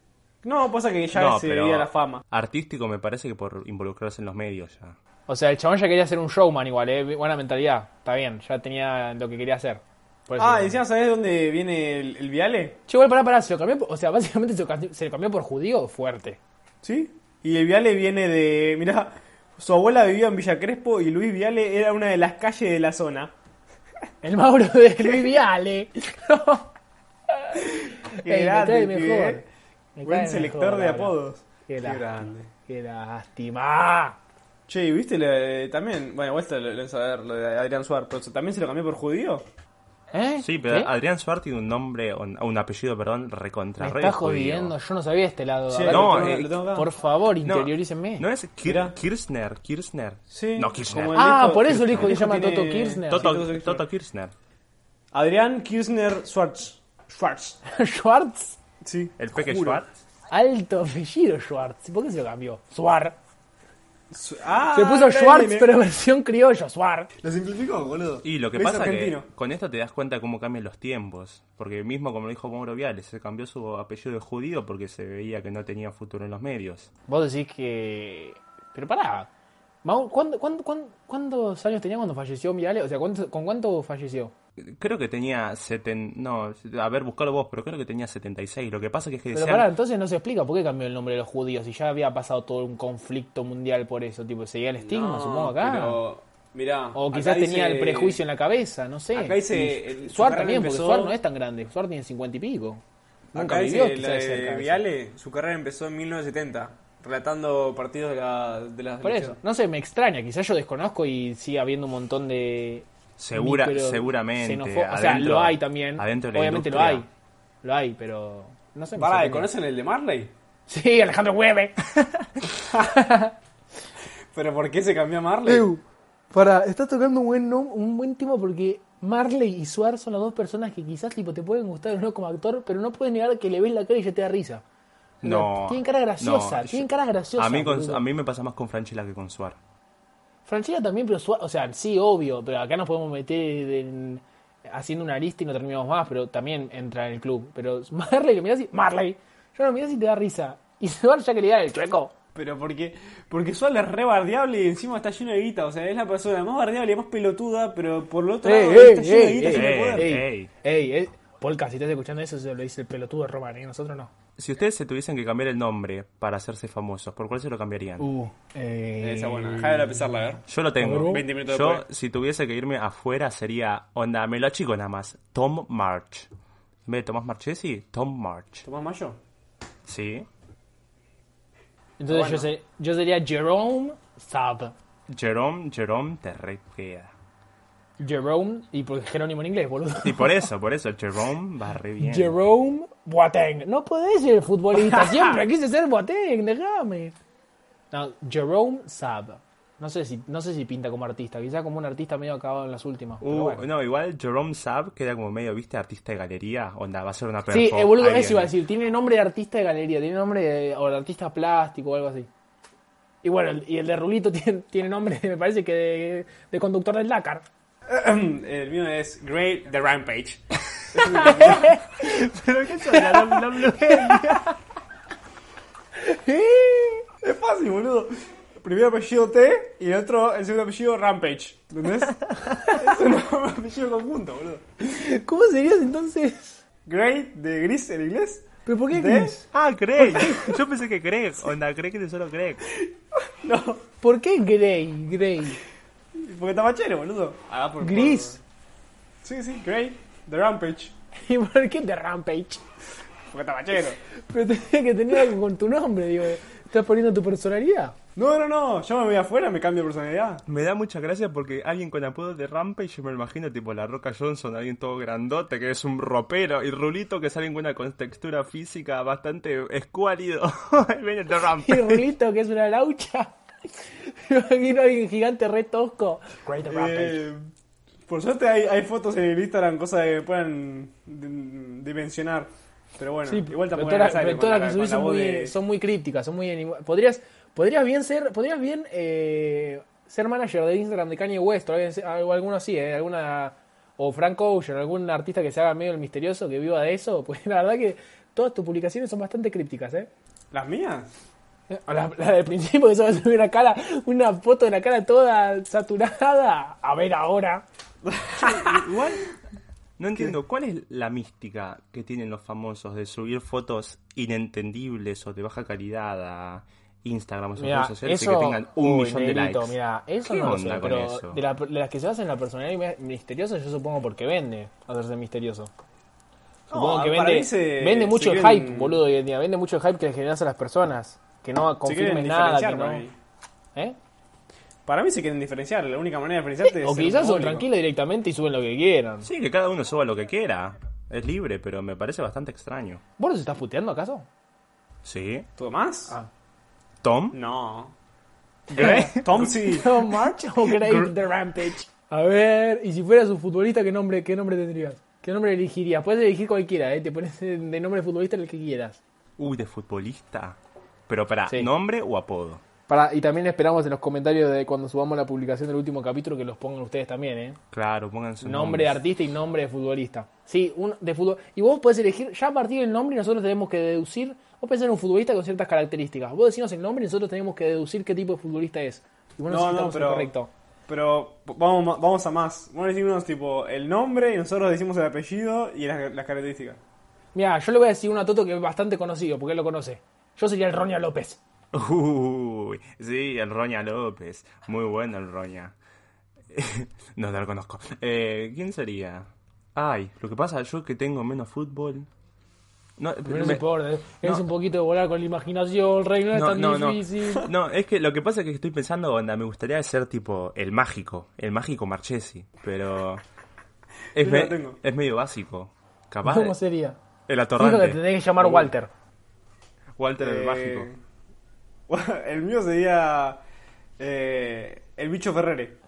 Speaker 3: No, pasa que ya
Speaker 2: No,
Speaker 3: se
Speaker 2: pero
Speaker 3: debía la fama.
Speaker 2: Artístico me parece que por involucrarse en los medios ya.
Speaker 1: O sea, el chabón ya quería ser un showman igual, ¿eh? Buena mentalidad. Está bien, ya tenía lo que quería hacer. Por eso-
Speaker 3: Ah, encima, ¿sabés dónde viene el, el Viale?
Speaker 1: Che, igual, pará, pará. Se lo cambió, por- o sea, básicamente se lo, cambió- se lo cambió por judío fuerte.
Speaker 3: ¿Sí? Y el Viale viene de. Mirá, su abuela vivía en Villa Crespo y Luis Viale era una de las calles de la zona.
Speaker 1: El Mauro de Luis Viale.
Speaker 3: Qué
Speaker 1: Ey, me
Speaker 3: grande,
Speaker 1: cae mejor.
Speaker 3: pibe.
Speaker 1: [LAUGHS] Me
Speaker 3: Buen
Speaker 1: cae
Speaker 3: selector
Speaker 1: mejor,
Speaker 3: de
Speaker 1: la
Speaker 3: apodos.
Speaker 1: Qué
Speaker 3: Qué
Speaker 1: lástima.
Speaker 3: grande.
Speaker 1: Qué lástima.
Speaker 3: Che, ¿y ¿viste la- también? Bueno, igual te lo, lo, saber, lo de Adrián Suárez, pero también se lo cambió por judío.
Speaker 1: ¿Eh?
Speaker 2: Sí, pero
Speaker 1: ¿Qué?
Speaker 2: Adrián Suárez tiene un nombre, un, un apellido, perdón,
Speaker 1: Me
Speaker 2: recontra re
Speaker 1: está
Speaker 2: judío.
Speaker 1: jodiendo. Yo no sabía este lado. A
Speaker 3: Sí,
Speaker 1: ver,
Speaker 2: no,
Speaker 3: lo tengo-
Speaker 2: eh,
Speaker 3: lo tengo acá.
Speaker 1: Por favor,
Speaker 2: No,
Speaker 1: interiorícenme.
Speaker 2: ¿No es Kir-
Speaker 3: Mirá.
Speaker 2: Kirchner? ¿Kirchner?
Speaker 3: Sí,
Speaker 2: No, Kirchner. Ah,
Speaker 3: como el
Speaker 1: ah,
Speaker 3: hijo-
Speaker 1: por eso el hijo
Speaker 3: el
Speaker 1: se
Speaker 3: hijo
Speaker 1: llama
Speaker 3: tiene-
Speaker 1: Toto Kirchner.
Speaker 3: Tot-
Speaker 2: Toto,
Speaker 3: Sí, Toto
Speaker 2: Toto Kirchner.
Speaker 3: Adrián Kirchner Schwartz. Schwartz.
Speaker 1: [LAUGHS] Schwartz.
Speaker 3: Sí.
Speaker 2: El
Speaker 3: te
Speaker 2: Peque
Speaker 3: juro.
Speaker 2: Schwartz.
Speaker 1: Alto apellido Schwartz. ¿Por qué se lo cambió? Suar.
Speaker 3: Su- Ah,
Speaker 1: Se puso
Speaker 3: mirá,
Speaker 1: Schwartz,
Speaker 3: mirá, mirá.
Speaker 1: pero [LAUGHS] versión criollo, Suar.
Speaker 3: Lo simplificó, boludo.
Speaker 2: Y lo que
Speaker 3: Lo hizo
Speaker 2: pasa
Speaker 3: argentino.
Speaker 2: que con esto te das cuenta cómo cambian los tiempos. Porque mismo como lo dijo Mauro Viales, se cambió su apellido de judío porque se veía que no tenía futuro en los medios.
Speaker 1: Vos decís que. Pero pará. Mau- ¿cuándo- cuándo- cuándo- cuántos años tenía cuando falleció Viale? O sea, ¿cuánto- ¿con cuánto falleció?
Speaker 2: Creo que tenía seten... No, a ver, buscalo vos, pero creo que tenía 76. Lo que pasa que es que
Speaker 1: Pero
Speaker 2: decían-
Speaker 1: pará, entonces no se explica por qué cambió el nombre de los judíos y ya había pasado todo un conflicto mundial por eso, tipo, seguía el estigma, supongo acá.
Speaker 3: Pero, mirá.
Speaker 1: O
Speaker 3: acá
Speaker 1: quizás tenía
Speaker 3: dice-
Speaker 1: el prejuicio en la cabeza, no sé.
Speaker 3: acá dice,
Speaker 1: Y
Speaker 3: el- su
Speaker 1: Suar
Speaker 3: carrera
Speaker 1: también,
Speaker 3: empezó-
Speaker 1: porque Suar no es tan grande, Suar tiene cincuenta y pico. Nunca
Speaker 3: Acá
Speaker 1: vivió
Speaker 3: dice
Speaker 1: quizás
Speaker 3: la
Speaker 1: esa
Speaker 3: de
Speaker 1: cabeza.
Speaker 3: Viale, su carrera empezó en 1970, relatando partidos de la, de la
Speaker 1: Por eso,
Speaker 3: selección.
Speaker 1: no sé, me extraña, quizás yo desconozco y sigue habiendo un montón de...
Speaker 2: Segura-
Speaker 1: micro-
Speaker 2: seguramente,
Speaker 1: xenofo- O sea,
Speaker 2: adentro-
Speaker 1: lo hay también.
Speaker 2: adentro de la
Speaker 1: Obviamente lo
Speaker 2: industria.
Speaker 1: hay. Lo hay, pero... No sé. me
Speaker 3: Pará, ¿y
Speaker 1: sorprende.
Speaker 3: ¿conocen el de Marley?
Speaker 1: Sí, Alejandro Hueve.
Speaker 3: ¿Pero por qué se cambió a Marley?
Speaker 1: para, estás tocando un buen, nom- un buen tema porque Marley y Suar son las dos personas que quizás tipo, te pueden gustar o no como actor, pero no puedes negar que le ves la cara y ya te da risa.
Speaker 2: No.
Speaker 1: Tienen cara graciosa,
Speaker 2: no,
Speaker 1: tienen
Speaker 2: yo-
Speaker 1: cara graciosa.
Speaker 2: A mí, con-
Speaker 1: boludo.
Speaker 2: a mí me pasa más con Franchella que con Suar.
Speaker 1: Franchella también, pero Suar, o sea, sí, obvio, pero acá nos podemos meter en- haciendo una lista y no terminamos más, pero también entra en el club. Pero Marley, lo mirás y... Marley, yo lo mirás y te da risa. Y Suar ya que le da el chueco.
Speaker 3: Pero porque, porque Suárez es re bardeable y encima está lleno de guita. O sea, es la persona más bardeable y más pelotuda, pero por lo
Speaker 1: Eh,
Speaker 3: otro lado está lleno de guita
Speaker 2: ey,
Speaker 3: lleno de poder.
Speaker 2: ey.
Speaker 1: ey, ey. Polka, si estás escuchando eso, se lo dice el pelotudo de Roman, y nosotros no.
Speaker 2: Si ustedes se tuviesen que cambiar el nombre para hacerse famosos, ¿por cuál se lo cambiarían?
Speaker 1: Uh, eh,
Speaker 3: Esa buena, déjala pensarla, a ver.
Speaker 2: Yo lo tengo.
Speaker 1: ¿Cómo?
Speaker 3: 20 minutos
Speaker 2: Yo,
Speaker 3: después.
Speaker 2: si tuviese que irme afuera, sería, onda, me lo achico nada más. Tom March. En vez de Tomás Marchesi, Tom March.
Speaker 3: ¿Tomás Mayo?
Speaker 2: Sí.
Speaker 1: Entonces yo, sé- yo sería Jerome Saab.
Speaker 2: Jerome, Jerome, te re queda.
Speaker 1: Jerome, y porque Jerónimo en inglés, boludo.
Speaker 2: Y por eso, por eso, Jerome va re bien.
Speaker 1: Jerome Boateng. No podés ser
Speaker 2: [LAUGHS]
Speaker 1: futbolista siempre, quise ser Boateng, déjame. No, Jerome Saab. No sé si no sé si pinta como artista, quizá como un artista medio acabado en las últimas. pero
Speaker 2: Uh,
Speaker 1: bueno.
Speaker 2: No, igual Jerome Saab queda como medio, viste, artista de galería. Onda, va a ser una
Speaker 1: Sí,
Speaker 2: perfo,
Speaker 1: eh, boludo,
Speaker 2: ahí
Speaker 1: eso iba a
Speaker 2: viene.
Speaker 1: decir, tiene nombre de artista de galería, tiene nombre de, o de artista plástico o algo así. Y bueno, el- y el de Rulito [LAUGHS] tiene, tiene nombre, me parece que de, de conductor del Dakar.
Speaker 3: [CLEARS THROAT] El mío es Great
Speaker 1: [LAUGHS]
Speaker 3: The Rampage. [LAUGHS]
Speaker 2: ¿Pero qué son la WWE?
Speaker 3: Es fácil, boludo. Primer apellido T y el otro, el segundo apellido Rampage. [LAUGHS] ¿Entendés? es un apellido conjunto, boludo.
Speaker 1: ¿Cómo serías entonces?
Speaker 3: Great de gris en inglés.
Speaker 1: ¿Pero por qué
Speaker 3: ¿De?
Speaker 1: gris?
Speaker 2: Ah, Greg. Yo pensé que Greg. Onda, Greg es solo Greg.
Speaker 3: No,
Speaker 1: ¿Por qué Grey? Grey.
Speaker 3: porque está machero, boludo. Ah, por
Speaker 1: Gris.
Speaker 3: por- Sí, sí, Great The Rampage.
Speaker 1: [LAUGHS] ¿Y por qué de Rampage?
Speaker 3: Porque está machero.
Speaker 1: Pero tendría que tener algo con tu nombre, digo. ¿Estás poniendo tu personalidad? [LAUGHS]
Speaker 3: No, no, no. Yo me voy afuera, me cambio de personalidad.
Speaker 2: Me da mucha gracia porque alguien con apodo de Rampage, yo me lo imagino tipo la Roca Johnson, alguien todo grandote que es un ropero, y Rulito que es alguien con una contextura física bastante escuálido. [LAUGHS] Ahí Viene de
Speaker 1: Y
Speaker 2: Rampage.
Speaker 1: Rulito, que es una laucha. [LAUGHS] Me imagino a alguien gigante re tosco. Great Rampage.
Speaker 3: Eh, por suerte hay, hay fotos en el Instagram, cosas que puedan di- dimensionar. Pero bueno,
Speaker 1: Sí,
Speaker 3: [LAUGHS] igual
Speaker 1: pero
Speaker 3: tampoco
Speaker 1: todas las- pero todas las que subís son muy, son muy críticas, son muy anim- podrías podrías bien ser podrías bien eh, ser manager de Instagram de Kanye West o alguien- algo- alguno así, eh, alguna o Frank Ocean, algún artista que se haga medio el misterioso que viva de eso, [LAUGHS] pues la verdad que todas tus publicaciones son bastante crípticas, ¿eh?
Speaker 3: ¿Las mías? Ah,
Speaker 1: La, [LAUGHS] la del principio que se va a subir una cara, una foto de la cara toda saturada. A ver ahora.
Speaker 2: Igual, no entiendo, ¿cuál es la mística que tienen los famosos de subir fotos inentendibles o de baja calidad a Instagram o sus redes sociales y que tengan un
Speaker 1: Uy,
Speaker 2: millón de
Speaker 1: negrito,
Speaker 2: likes?
Speaker 1: mirá, eso
Speaker 2: ¿Qué
Speaker 1: no lo
Speaker 2: onda
Speaker 1: sé,
Speaker 2: con
Speaker 1: pero
Speaker 2: eso?
Speaker 1: De, la- de las que se hacen la personalidad mi- misteriosa, yo supongo porque vende hacerse misterioso. Supongo
Speaker 3: No,
Speaker 1: que
Speaker 3: para
Speaker 1: vende,
Speaker 3: mí se-
Speaker 1: vende
Speaker 3: se
Speaker 1: mucho el
Speaker 3: quieren-
Speaker 1: hype, boludo, hoy en día. Vende mucho el hype que le generas a las personas. Que no
Speaker 3: Se quieren
Speaker 1: confirmes nada.
Speaker 3: diferenciar
Speaker 1: Que
Speaker 3: para
Speaker 1: no,
Speaker 3: mí.
Speaker 1: ¿eh?
Speaker 3: Para mí se quieren diferenciar. La única manera de diferenciarte es
Speaker 1: O
Speaker 3: ser
Speaker 1: quizás son
Speaker 3: público.
Speaker 1: tranquilos directamente y suben lo que quieran.
Speaker 2: Sí, que cada uno suba lo que quiera. Es libre, pero me parece bastante extraño.
Speaker 1: ¿Vos los estás puteando acaso?
Speaker 2: ¿Sí?
Speaker 3: ¿Todo más?
Speaker 1: Ah.
Speaker 2: ¿Tom?
Speaker 3: [LAUGHS] No.
Speaker 1: [LAUGHS]
Speaker 2: ¿Greg?
Speaker 3: Tom sí.
Speaker 1: ¿Tom March o Greg the Rampage? A ver, y si fueras un futbolista, ¿qué nombre, qué nombre tendrías? ¿Qué nombre elegirías? Puedes elegir cualquiera, ¿eh? Te pones de de nombre de futbolista el que quieras.
Speaker 2: Uy, de futbolista. Pero para
Speaker 1: Sí.
Speaker 2: nombre o apodo.
Speaker 1: Para, y también esperamos en los comentarios de cuando subamos la publicación del último capítulo que los pongan ustedes también, ¿eh?
Speaker 2: Claro, pongan su
Speaker 1: Nombre de artista y nombre de futbolista. Sí, un, de fútbol. Y vos podés elegir, ya a partir del nombre nosotros tenemos que deducir, vos pensás en un futbolista con ciertas características. Vos decimos el nombre y nosotros tenemos que deducir qué tipo de futbolista es. Y vos
Speaker 3: No,
Speaker 1: necesitamos el
Speaker 3: no, pero.
Speaker 1: correcto.
Speaker 3: Pero vamos, ma- vamos a más. Vamos a decirnos tipo el nombre y nosotros decimos el apellido y las, las características.
Speaker 1: Mira, yo le voy a decir uno a Toto que es bastante conocido, porque él lo conoce. Yo sería el Roña López.
Speaker 2: [LAUGHS] Uy, sí, el Roña López. Muy bueno el Roña. [LAUGHS] no, no lo conozco. Eh, ¿Quién sería? Ay, lo que pasa yo que tengo menos fútbol. No,
Speaker 1: Pero no se
Speaker 2: me-
Speaker 1: importa, ¿eh? es
Speaker 2: no.
Speaker 1: un poquito de volar con la imaginación, rey, no es
Speaker 2: No,
Speaker 1: tan
Speaker 2: no, no.
Speaker 1: difícil.
Speaker 2: [LAUGHS] No, es que lo que pasa es que estoy pensando, onda, me gustaría ser tipo el mágico, el mágico Marchesi,
Speaker 3: [LAUGHS]
Speaker 2: pero es,
Speaker 3: Yo
Speaker 2: me-
Speaker 3: lo tengo.
Speaker 2: es medio básico. Capaz
Speaker 1: ¿Cómo
Speaker 2: de-
Speaker 1: sería?
Speaker 2: el
Speaker 1: Digo que te
Speaker 2: atorrante,
Speaker 1: tenés que llamar Walter.
Speaker 2: Walter el
Speaker 3: Eh,
Speaker 2: mágico.
Speaker 3: [LAUGHS] El mío sería. eh, el bicho [LAUGHS] Ferrere.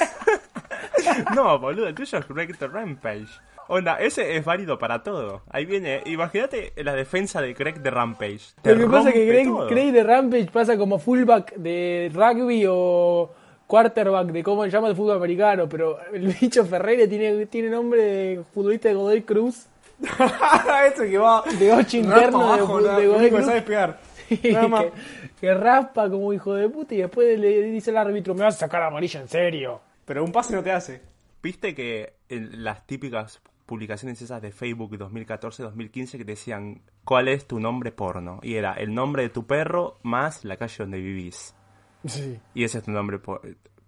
Speaker 2: [LAUGHS] No, boludo, el tuyo es Greg the Rampage. Onda, ese es válido para todo. Ahí viene, imagínate la defensa de Greg the Rampage. Te
Speaker 1: Lo que pasa es que
Speaker 2: rompe
Speaker 1: Greg,
Speaker 2: todo.
Speaker 1: Greg de Rampage pasa como fullback de rugby o quarterback de cómo se llama el fútbol americano, pero el bicho Ferreira tiene, tiene nombre de futbolista de Godoy Cruz, [LAUGHS]
Speaker 3: Ese Este que va.
Speaker 1: de ocho
Speaker 3: No, para
Speaker 1: interno de,
Speaker 3: abajo,
Speaker 1: de
Speaker 3: nada,
Speaker 1: Godoy
Speaker 3: lo único que
Speaker 1: Cruz.
Speaker 3: sabe
Speaker 1: [LAUGHS]
Speaker 3: es pegar. Nada más.
Speaker 1: que, que raspa como hijo de puta y después le dice al árbitro, me vas a sacar amarilla en serio.
Speaker 3: Pero un pase no te hace.
Speaker 2: Viste que en las típicas publicaciones esas de Facebook 2014-2015 que decían cuál es tu nombre porno. Y era el nombre de tu perro más la calle donde vivís.
Speaker 1: Sí.
Speaker 2: Y ese es eh, tu nombre por-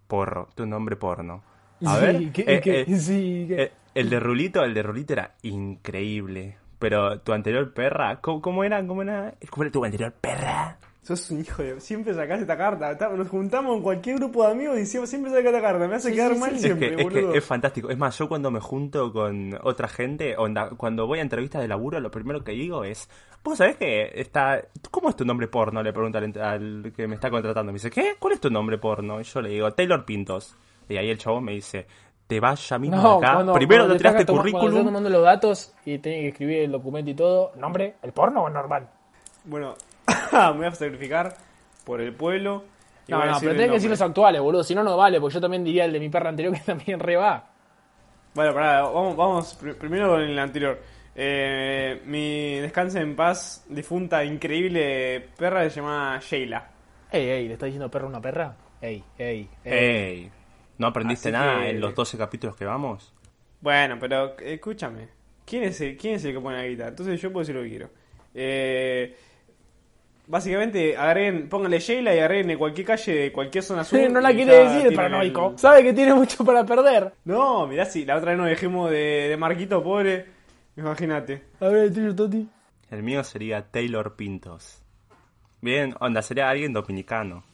Speaker 2: porro, tu nombre porno.
Speaker 1: Sí,
Speaker 2: A ver,
Speaker 1: que-
Speaker 2: eh,
Speaker 1: que-
Speaker 2: eh,
Speaker 1: [LAUGHS] sí, que-
Speaker 2: eh, El de Rulito, el de Rulito era increíble. Pero tu anterior perra, ¿cómo, cómo era? ¿Cómo era? ¿Cómo era tu anterior perra?
Speaker 3: Sos un hijo de... Siempre sacás esta carta. Ta- Nos juntamos en cualquier grupo de amigos y decimos, siempre sacás esta carta. Me hace
Speaker 1: Sí,
Speaker 3: quedar
Speaker 1: sí,
Speaker 3: mal
Speaker 1: sí.
Speaker 2: Es
Speaker 3: siempre,
Speaker 2: que, es que
Speaker 3: boludo.
Speaker 2: es fantástico. Es más, yo cuando me junto con otra gente, onda, cuando voy a entrevistas de laburo, lo primero que digo es, ¿vos sabés que está... ¿Cómo es tu nombre porno? Le pregunto al, ent- al que me está contratando. Me dice, ¿qué? ¿Cuál es tu nombre porno? Y yo le digo, Taylor Pintos. Y ahí el chabón me dice, te vas ya mismo de acá. Primero te
Speaker 1: te
Speaker 2: tiraste
Speaker 1: estás toma- Cuando estás
Speaker 2: currículum.
Speaker 1: tomando los datos y tenés que escribir el documento y todo, nombre, el porno o normal.
Speaker 3: Bueno, [LAUGHS] me voy a sacrificar por el pueblo. y
Speaker 1: No,
Speaker 3: voy a
Speaker 1: no,
Speaker 3: decir
Speaker 1: pero
Speaker 3: el
Speaker 1: tenés que decir los
Speaker 3: nombre.
Speaker 1: actuales, boludo. Si no, no vale, porque yo también diría el de mi perra anterior que [LAUGHS] también re va.
Speaker 3: Bueno, pará, vamos, vamos pr- primero con el anterior. Eh, mi descanse en paz, difunta, increíble perra se llama Sheila.
Speaker 1: Ey, ey, ¿le estás diciendo perra a una perra? Ey, ey, ey.
Speaker 2: Ey, ¿no aprendiste
Speaker 3: Así
Speaker 2: nada
Speaker 3: que-
Speaker 2: en los 12 capítulos que vamos?
Speaker 3: Bueno, pero eh, escúchame. ¿Quién es, el, ¿Quién es el que pone la guita? Entonces yo puedo decir lo que quiero. Eh, básicamente, agreguen, pónganle Sheila y agreguen en cualquier calle de cualquier zona sur.
Speaker 1: [LAUGHS] no la
Speaker 3: y
Speaker 1: quiere
Speaker 3: ya
Speaker 1: decir el
Speaker 3: tienen
Speaker 1: paranoico.
Speaker 3: el-
Speaker 1: Sabe que tiene mucho para perder.
Speaker 3: No, mirá, si la otra vez nos dijimos de, de Marquito, pobre. Imagínate.
Speaker 1: A ver, el tuyo, Toti.
Speaker 2: El mío sería Taylor Pintos. Bien, onda, sería alguien dominicano.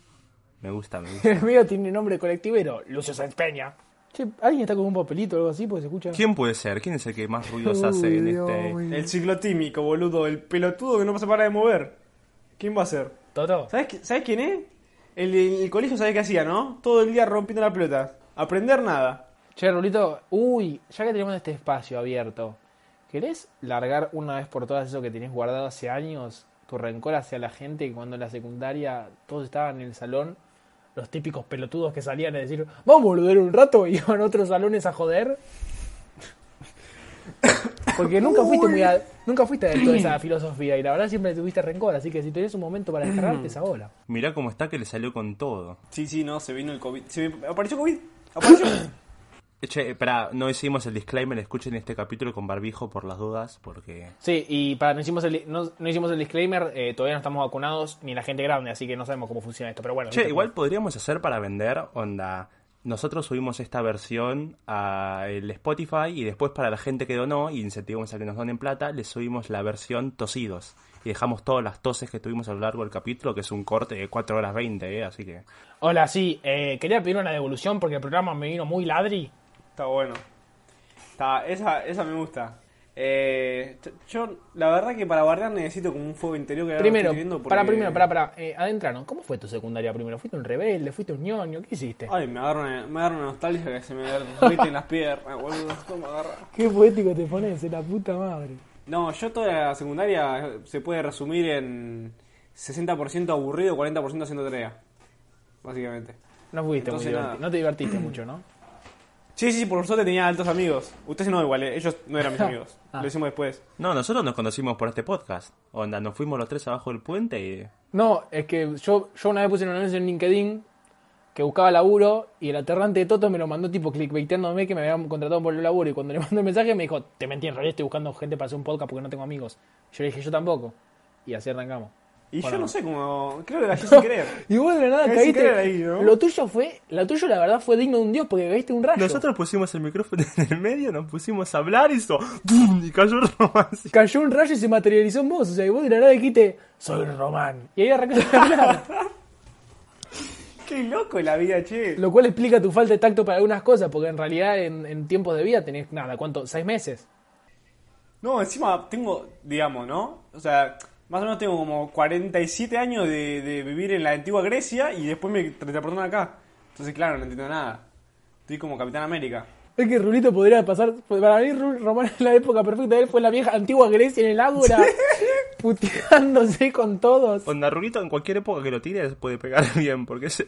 Speaker 2: Me gusta, me gusta.
Speaker 1: El mío tiene nombre colectivero, Lucio Sáenz Peña. Che, ¿alguien está con un papelito o algo así? Porque se escucha.
Speaker 2: ¿Quién puede ser? ¿Quién es el que más ruidos
Speaker 1: Uy,
Speaker 2: hace en
Speaker 1: Dios
Speaker 2: este?
Speaker 1: mío.
Speaker 3: El ciclotímico, boludo. El pelotudo que no se para de mover. ¿Quién va a ser?
Speaker 1: Toto.
Speaker 3: ¿Sabes, qui- ¿sabes quién es? El, el colegio, ¿sabes qué hacía, no? Todo el día rompiendo la pelota. Aprender nada.
Speaker 1: Che, Rulito, uy, ya que tenemos este espacio abierto, ¿querés largar una vez por todas eso que tenés guardado hace años? Tu rencor hacia la gente que cuando en la secundaria todos estaban en el salón, los típicos pelotudos que salían a decir, vamos a volver un rato [LAUGHS] y iban a otros salones a joder. Porque nunca fuiste muy a- nunca fuiste de toda esa filosofía y la verdad siempre tuviste rencor, así que si tenés un momento para descargarte es ahora.
Speaker 2: Mirá cómo está que le salió con todo.
Speaker 3: Sí, sí, no, se vino el COVID. Se vi- apareció COVID. Apareció.
Speaker 1: [COUGHS]
Speaker 2: Che, espera, no hicimos el disclaimer, escuchen este capítulo con barbijo por las dudas, porque...
Speaker 1: Sí, y para no hicimos el, no, no hicimos el disclaimer, eh, todavía no estamos vacunados ni la gente grande, así que no sabemos cómo funciona esto. Pero bueno, no
Speaker 2: Che,
Speaker 1: te
Speaker 2: igual podríamos hacer para vender, onda... Nosotros subimos esta versión a el Spotify y después para la gente que donó y incentivamos a que nos donen plata, le subimos la versión tosidos. Y dejamos todas las toses que tuvimos a lo largo del capítulo, que es un corte de 4 horas 20, ¿eh? así que...
Speaker 1: preocupes. Hola, sí, eh, quería pedir una devolución porque el programa me vino muy ladri.
Speaker 3: Está bueno. Está, esa, esa me gusta. Eh, t- yo, la verdad que para bardear necesito como un fuego interior que ahora no
Speaker 1: primero,
Speaker 3: estoy viendo porque-
Speaker 1: para primero, para, para, eh, adentranos, ¿cómo fue tu secundaria primero? ¿Fuiste un rebelde? ¿Fuiste un ñoño? ¿Qué hiciste?
Speaker 3: Ay, me agarra una, me agarra una nostalgia que se me derriten las piernas, boludo. ¿Cómo agarra?
Speaker 1: Qué poético te pones, la puta madre.
Speaker 3: No, yo toda la secundaria eh, se puede resumir en 60% aburrido, 40% haciendo tarea. Básicamente.
Speaker 1: No fuiste
Speaker 3: Entonces,
Speaker 1: muy
Speaker 3: nada.
Speaker 1: divertido, no te divertiste mucho, ¿no?
Speaker 3: Sí, sí, por suerte tenía altos amigos. Ustedes no, igual, eh, ellos no
Speaker 1: [LAUGHS]
Speaker 3: eran mis amigos.
Speaker 1: Ah.
Speaker 3: Lo hicimos después.
Speaker 2: No, nosotros nos conocimos por este podcast. Onda, nos fuimos los tres abajo del puente y.
Speaker 1: No, es que yo, yo una vez puse un anuncio en LinkedIn que buscaba laburo y el aterrante de Toto me lo mandó tipo clickbaiteándome que me habían contratado por el laburo y cuando le mandó el mensaje me dijo, te mentí, en realidad estoy buscando gente para hacer un podcast porque no tengo amigos. Yo le dije, yo tampoco. Y así arrancamos.
Speaker 3: Y
Speaker 1: Bueno.
Speaker 3: yo no sé cómo. Creo que la
Speaker 1: [LAUGHS]
Speaker 3: hice sin querer.
Speaker 1: Y vos de la nada
Speaker 3: Caí sin
Speaker 1: caíste.
Speaker 3: querer ahí, ¿no?
Speaker 1: Lo tuyo fue, lo tuyo la verdad fue digno de un dios porque caíste un rayo.
Speaker 2: Nosotros pusimos el micrófono [LAUGHS] en el medio, nos pusimos a hablar y hizo. ¡Dum! Y cayó Roma así.
Speaker 1: Cayó un rayo y se materializó en vos. O sea, que vos de la nada dijiste, soy Román. Y ahí arrancaste a hablar.
Speaker 3: Qué loco la vida, che.
Speaker 1: Lo cual explica tu falta de tacto para algunas cosas, porque en realidad en, en tiempos de vida tenés nada, ¿cuánto? ¿Seis meses?
Speaker 3: No, encima tengo, digamos, ¿no? O sea, más o menos tengo como 47 años de, de vivir en la antigua Grecia y después me transportaron acá. Entonces, claro, no entiendo nada. Estoy como Capitán América.
Speaker 1: Es que Rulito podría pasar. pues, Para mí, Ru- Román en la época perfecta de él fue la vieja antigua Grecia en el Ágora, puteándose con todos.
Speaker 2: Onda, Rulito, en cualquier época que lo tires puede pegar [LAUGHS] bien, porque es.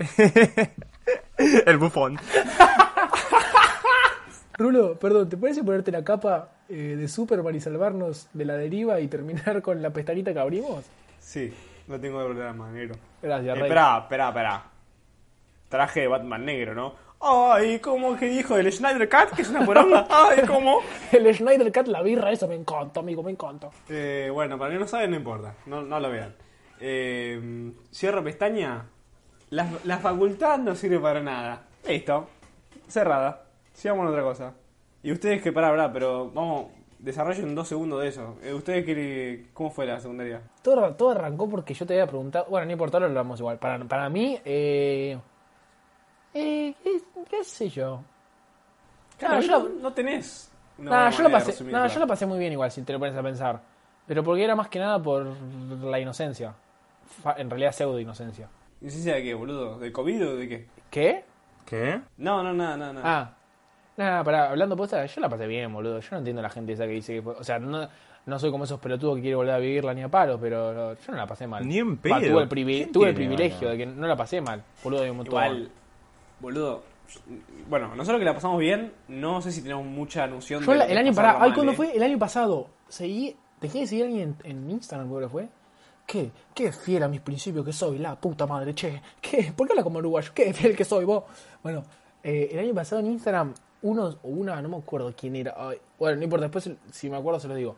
Speaker 2: el bufón.
Speaker 1: Rulo, perdón, ¿te parece ponerte la capa eh, de Superman y salvarnos de la deriva y terminar con la pestañita que abrimos?
Speaker 3: Sí, lo tengo de problema, negro.
Speaker 1: Gracias, Rey.
Speaker 3: Espera, espera, espera. Traje de Batman negro, ¿no? Ay, ¿cómo que dijo el Schneider Cat? Que es una
Speaker 1: [LAUGHS]
Speaker 3: poronga. Ay, ¿cómo?
Speaker 1: El Schneider Cat, la birra, eso me encanta, amigo, me encanta.
Speaker 3: Eh, bueno, para que no saben, no importa. No, no lo vean. Eh, cierro pestaña. La, la facultad no sirve para nada. Listo. Cerrada. Sigamos a otra cosa. Y ustedes que, pará, pará, pero vamos, desarrollen dos segundos de eso. Eh, ¿Ustedes que, cómo fue la secundaria?
Speaker 1: Todo, todo arrancó porque yo te había preguntado. Bueno, no importa, ahora lo hablamos igual. Para, para mí, eh, eh, qué, qué sé yo.
Speaker 3: Claro,
Speaker 1: yo
Speaker 3: no,
Speaker 1: la-
Speaker 3: no tenés. una
Speaker 1: Nah,
Speaker 3: buena
Speaker 1: yo, la
Speaker 3: manera de
Speaker 1: pasé,
Speaker 3: resumirla.
Speaker 1: nah, yo la pasé muy bien igual, si te lo pones a pensar. Pero porque era más que nada por la inocencia. Fa- en realidad, pseudo inocencia.
Speaker 3: ¿Y si sea de qué, boludo? ¿De COVID o de qué?
Speaker 1: ¿Qué?
Speaker 2: ¿Qué?
Speaker 3: No, no, nada, nada, nada.
Speaker 1: Ah. Nada, para hablando posta, yo la pasé bien, boludo. Yo no entiendo a la gente esa que dice que... fue- O sea, no, no soy como esos pelotudos que quiere volver a vivirla ni a palos, pero no, yo no la pasé mal.
Speaker 2: Ni en
Speaker 1: Pa,
Speaker 2: pedo.
Speaker 1: tuve el, privi-
Speaker 2: ¿Quién
Speaker 1: tuve el
Speaker 2: tiene
Speaker 1: privilegio
Speaker 2: ganas?
Speaker 1: de que no la pasé mal, boludo, de un montón.
Speaker 3: Igual, boludo. Bueno, nosotros que la pasamos bien, no sé si tenemos mucha noción
Speaker 1: Yo
Speaker 3: de.
Speaker 1: la-
Speaker 3: lo que
Speaker 1: el año
Speaker 3: pasarla
Speaker 1: pará, ay,
Speaker 3: mal,
Speaker 1: ¿cuándo
Speaker 3: eh.
Speaker 1: fue? El año pasado. Seguí, dejé de seguir a alguien en, en Instagram, creo que fue. ¿Qué? ¿Qué fiel a mis principios que soy? La puta madre, che. ¿Qué? ¿Por qué hablas como uruguayo? ¿Qué fiel que soy vos? Bueno, eh, el año pasado en Instagram, uno o una, no me acuerdo quién era. ay, bueno, no importa, después si me acuerdo se lo digo.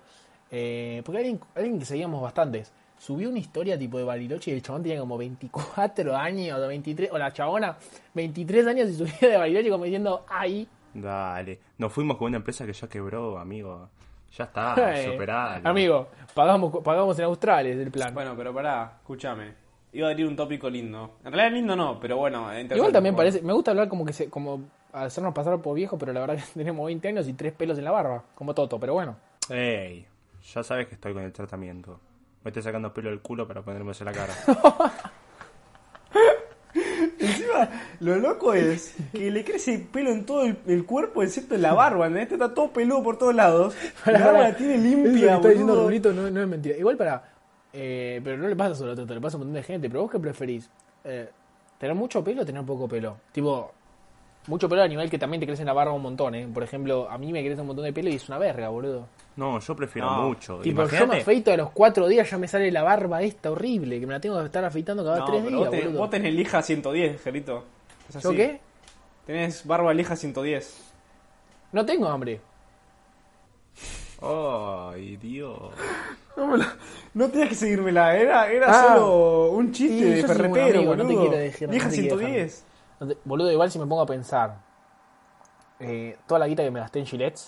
Speaker 1: Eh, porque alguien, alguien que seguíamos bastantes subió una historia tipo de Bariloche y el chabón tenía como 24 años o 23, o la chabona, 23 años y subía de Bariloche como diciendo, ay,
Speaker 2: Dale. Nos fuimos con una empresa que ya quebró, amigo. Ya
Speaker 1: [LAUGHS]
Speaker 2: está,
Speaker 1: Eh,
Speaker 2: superalo.
Speaker 1: Amigo, pagamos, pagamos en Australia, es el plan.
Speaker 3: Bueno, pero pará, escúchame. Iba a abrir un tópico lindo. En realidad lindo no, pero bueno. eh, interesante,
Speaker 1: Igual también
Speaker 3: bueno.
Speaker 1: parece, me gusta hablar como que se, como hacernos pasar por viejo, pero la verdad que [LAUGHS] tenemos 20 años y tres pelos en la barba, como Toto, pero bueno.
Speaker 2: Ey, ya sabes que estoy con el tratamiento. Me estoy sacando pelo del culo para ponerme en
Speaker 1: [LAUGHS]
Speaker 2: la cara.
Speaker 3: Encima, lo loco es que le crece pelo en todo el, el cuerpo, excepto en la barba. ¿entendés? Este está todo peludo por
Speaker 1: [LAUGHS]
Speaker 3: todos lados. La barba la tiene
Speaker 1: Eso que
Speaker 3: limpia,
Speaker 1: está diciendo
Speaker 3: boludo.
Speaker 1: Rulito no, no es mentira. Igual para. eh, pero no le pasa solo a Toto, le pasa a un montón de gente. Pero vos qué preferís? Eh, ¿Tener mucho pelo o tener poco pelo? Tipo, mucho pelo a nivel que también te crece en la barba un montón, ¿eh? Por ejemplo, a mí me crece un montón de pelo y es una verga, boludo.
Speaker 2: No, yo prefiero
Speaker 3: No,
Speaker 2: mucho.
Speaker 1: Tipo, yo me
Speaker 2: Imagínate.
Speaker 1: afeito a los cuatro días, ya me sale la barba esta horrible, que me la tengo que estar afeitando cada
Speaker 3: No,
Speaker 1: tres
Speaker 3: pero
Speaker 1: días,
Speaker 3: vos, tenés,
Speaker 1: boludo.
Speaker 3: vos tenés lija 110, Gerito. Es
Speaker 1: ¿Yo
Speaker 3: así.
Speaker 1: qué?
Speaker 3: Tenés barba lija 110.
Speaker 1: No tengo hambre.
Speaker 2: Ay, Dios.
Speaker 3: No, tenías que seguírmela, era, era
Speaker 1: Ah.
Speaker 3: solo un chiste
Speaker 1: Sí,
Speaker 3: de
Speaker 1: yo soy buen
Speaker 3: ferretero,
Speaker 1: amigo, no te
Speaker 3: boludo.
Speaker 1: quiero decir, no
Speaker 3: lija
Speaker 1: te quiero
Speaker 3: 110.
Speaker 1: No te- Boludo, igual si me pongo a pensar, eh, toda la guita que me gasté en Gillette,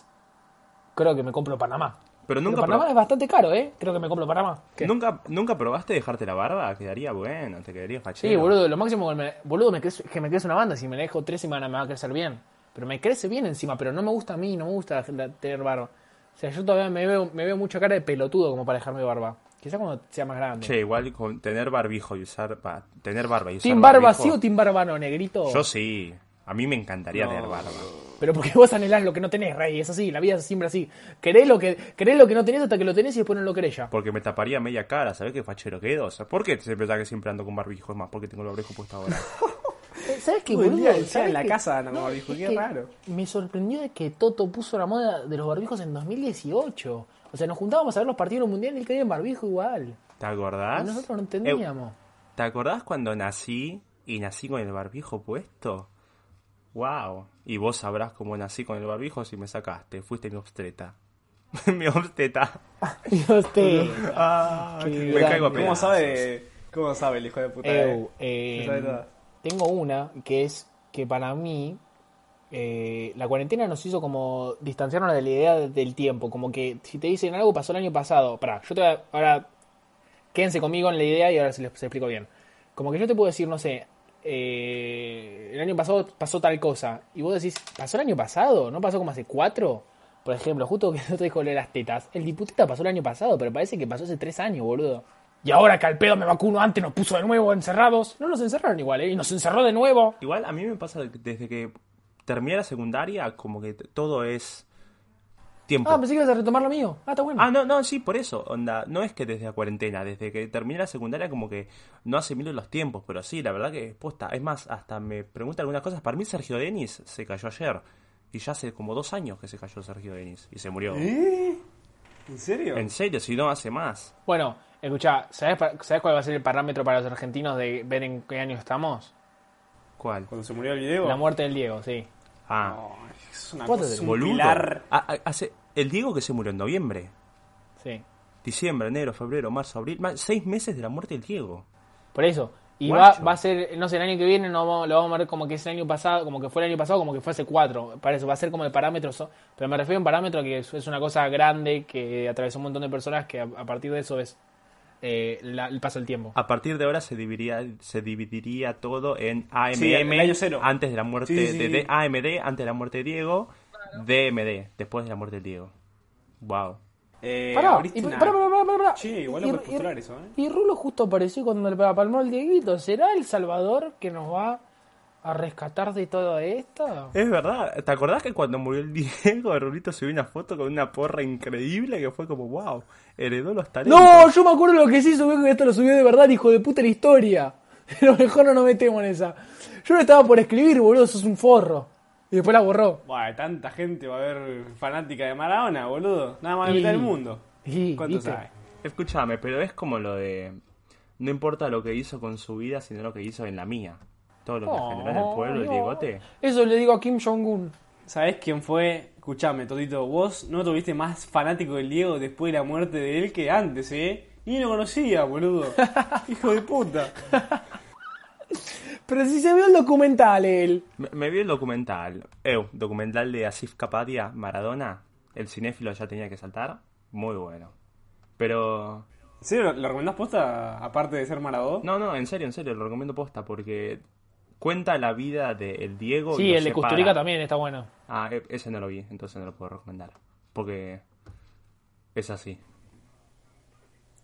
Speaker 1: creo que me compro Panamá. Pero
Speaker 2: Pero nunca,
Speaker 1: Panamá
Speaker 2: pro-
Speaker 1: es bastante caro, ¿eh? Creo que me compro Panamá. ¿Qué?
Speaker 2: ¿Nunca, nunca probaste dejarte la barba. Quedaría bueno, te quedaría
Speaker 1: Sí,
Speaker 2: fachero.
Speaker 1: boludo, lo máximo que me, boludo, me crece, que me crece una banda. Si me la dejo tres semanas me va a crecer bien. Pero me crece bien encima, pero no me gusta a mí, no me gusta la- tener barba. O sea, yo todavía me veo, me veo mucha cara de pelotudo como para dejarme barba. Quizá cuando sea más grande.
Speaker 2: Che, igual con tener barbijo y usar. pa- tener barba y usar.
Speaker 1: ¿Team barba
Speaker 2: barbijo,
Speaker 1: sí o team barba no, negrito?
Speaker 2: Yo sí. A mí me encantaría
Speaker 3: No.
Speaker 2: tener barba.
Speaker 1: Pero porque vos anhelás lo que no tenés, rey. Es así, la vida es siempre así. Querés lo que, querés lo que no tenés hasta que lo tenés y después no lo querés ya.
Speaker 2: Porque me taparía media cara, ¿sabés qué fachero quedo? O sea, ¿Por qué siempre pensás que siempre ando con barbijo? Es más, porque tengo el barbijo puesto ahora.
Speaker 1: Eh, ¿Sabes qué,
Speaker 3: Todo el
Speaker 1: boludo?
Speaker 3: día decía
Speaker 1: ¿Sabés
Speaker 3: en la
Speaker 1: qué?
Speaker 3: casa, no, como dijo,
Speaker 1: es
Speaker 3: qué
Speaker 1: que
Speaker 3: raro.
Speaker 1: Me sorprendió de que Toto puso la moda de los barbijos en 2018. O sea, nos juntábamos a ver los partidos del mundial y él quería el barbijo igual.
Speaker 2: ¿Te acordás?
Speaker 1: Y nosotros no
Speaker 2: Eh,
Speaker 1: [LAUGHS] entendíamos.
Speaker 2: ¿Te acordás cuando nací y nací con el barbijo puesto? ¡Wow! Y vos sabrás cómo nací con el barbijo si me sacaste. Fuiste mi obstreta. [LAUGHS] mi obstreta.
Speaker 1: Dios te.
Speaker 2: Ah,
Speaker 1: Qué
Speaker 2: me
Speaker 1: grande.
Speaker 2: caigo a
Speaker 3: ¿Cómo
Speaker 2: pedazos.
Speaker 3: sabe, ¿Cómo sabe el hijo de puta?
Speaker 1: Eu,
Speaker 3: eh?
Speaker 1: eh,
Speaker 3: Se sabe todas.
Speaker 1: tengo una que es que para mí eh, la cuarentena nos hizo como distanciarnos de la idea del tiempo. Como que si te dicen algo pasó el año pasado, pará, yo te voy a- ahora quédense conmigo en la idea y ahora se les se explico bien. Como que yo te puedo decir, no sé, eh, el año pasado pasó tal cosa. Y vos decís, ¿pasó el año pasado? ¿No pasó como hace cuatro? Por ejemplo, justo que [LAUGHS] no te dijo lo de las tetas. El diputita pasó el año pasado, pero parece que pasó hace tres años, boludo. Y ahora que al pedo me vacuno antes, nos puso de nuevo encerrados. No nos encerraron igual, ¿eh? Y nos encerró de nuevo.
Speaker 2: Igual a mí me pasa de- desde que terminé la secundaria, como que t- todo es tiempo.
Speaker 3: pues
Speaker 1: Ah, pensé que ibas a retomar lo mío. Ah, está bueno.
Speaker 2: Ah, no, no, sí, por eso, onda, no es que desde la cuarentena, desde que terminé la secundaria como que no asimilo los tiempos, pero sí, la verdad que posta, es más, hasta me preguntan algunas cosas, para mí Sergio Denis se cayó ayer, y ya hace como dos años que se cayó Sergio Denis, y se murió.
Speaker 3: ¿Eh? ¿En serio?
Speaker 2: En serio, si no hace más.
Speaker 1: Bueno, escuchá, ¿sabés, pa- ¿sabés cuál va a ser el parámetro para los argentinos de ver en qué año estamos?
Speaker 2: ¿Cuál?
Speaker 3: Cuando se murió el video.
Speaker 1: La muerte del Diego, sí.
Speaker 2: Ah,
Speaker 3: No, es una
Speaker 1: ¿Cuándo
Speaker 3: cosa,
Speaker 1: te-
Speaker 3: un
Speaker 2: boludo.
Speaker 3: pilar.
Speaker 2: Ah, ah, hace, el Diego que se murió en noviembre,
Speaker 1: Sí.
Speaker 2: diciembre, enero, febrero, marzo, abril, ma- seis meses de la muerte del Diego.
Speaker 1: Por eso, Y va,
Speaker 2: Guacho.
Speaker 1: va a ser, no sé, el año que viene no vamos- lo vamos a ver como que es el año pasado, como que fue el año pasado, como que fue hace cuatro. Para eso va a ser como de parámetros. so- Pero me refiero a un parámetro que es, es una cosa grande que atravesó un montón de personas que a, a partir de eso es eh, la- el paso del tiempo.
Speaker 3: Ah,
Speaker 2: A partir de ahora se dividiría, se dividiría todo en AMM
Speaker 3: Sí, el año cero.
Speaker 2: antes de la muerte
Speaker 3: Sí, sí,
Speaker 2: de,
Speaker 3: sí.
Speaker 2: de- AMD antes de la muerte de Diego, DMD después de la muerte de Diego. Wow.
Speaker 3: Eh,
Speaker 1: Pará,
Speaker 3: abriste
Speaker 1: y,
Speaker 3: una-
Speaker 1: pará, pará, pará, pará, pará.
Speaker 3: Che, igual
Speaker 1: Y-
Speaker 3: lo puedes
Speaker 1: y-
Speaker 3: postular eso, ¿eh?
Speaker 1: Y Rulo justo apareció cuando le palmó el Dieguito. ¿Será El Salvador que nos va a rescatar de todo esto?
Speaker 2: Es verdad, ¿te acordás que cuando murió el [LAUGHS] Diego, Rulito subió una foto con una porra increíble que fue como, wow, heredó los talentos?
Speaker 1: No, yo me acuerdo lo que sí subió, que esto lo subió de verdad, hijo de puta la historia. [LAUGHS] Lo mejor no nos metemos en esa. Yo lo estaba por escribir, boludo, sos un forro. Y después la borró.
Speaker 3: Buah, tanta gente va a ver fanática de Maradona, boludo. Nada más de
Speaker 1: Y-
Speaker 3: mitad del mundo.
Speaker 1: y,
Speaker 3: ¿Cuánto
Speaker 1: ¿viste?
Speaker 3: sabe?
Speaker 2: Escúchame, pero es como lo de. No importa lo que hizo con su vida, sino lo que hizo en la mía. Todo lo que generó en el pueblo, el
Speaker 1: No,
Speaker 2: Diegote.
Speaker 1: Eso le digo a Kim Jong-un.
Speaker 3: ¿Sabés quién fue? Escuchame, Totito, vos no tuviste más fanático del Diego después de la muerte de él que antes, ¿eh? Ni lo conocía, [LAUGHS] boludo. Hijo de puta.
Speaker 1: Pero si se vio el documental, él.
Speaker 2: Me, me vi el documental. Eu, documental de Asif Kapadia, Maradona. El cinéfilo ya tenía que saltar. Muy bueno. Pero.
Speaker 3: ¿En serio lo- lo recomendás posta aparte de ser Maradó?
Speaker 2: No, no, en serio, en serio, lo recomiendo posta porque cuenta la vida del Diego. y
Speaker 1: Sí,
Speaker 2: lo
Speaker 1: el de
Speaker 2: separa.
Speaker 1: Custurica también está bueno.
Speaker 2: Ah, e- ese no lo vi, entonces no lo puedo recomendar. Porque. Es así.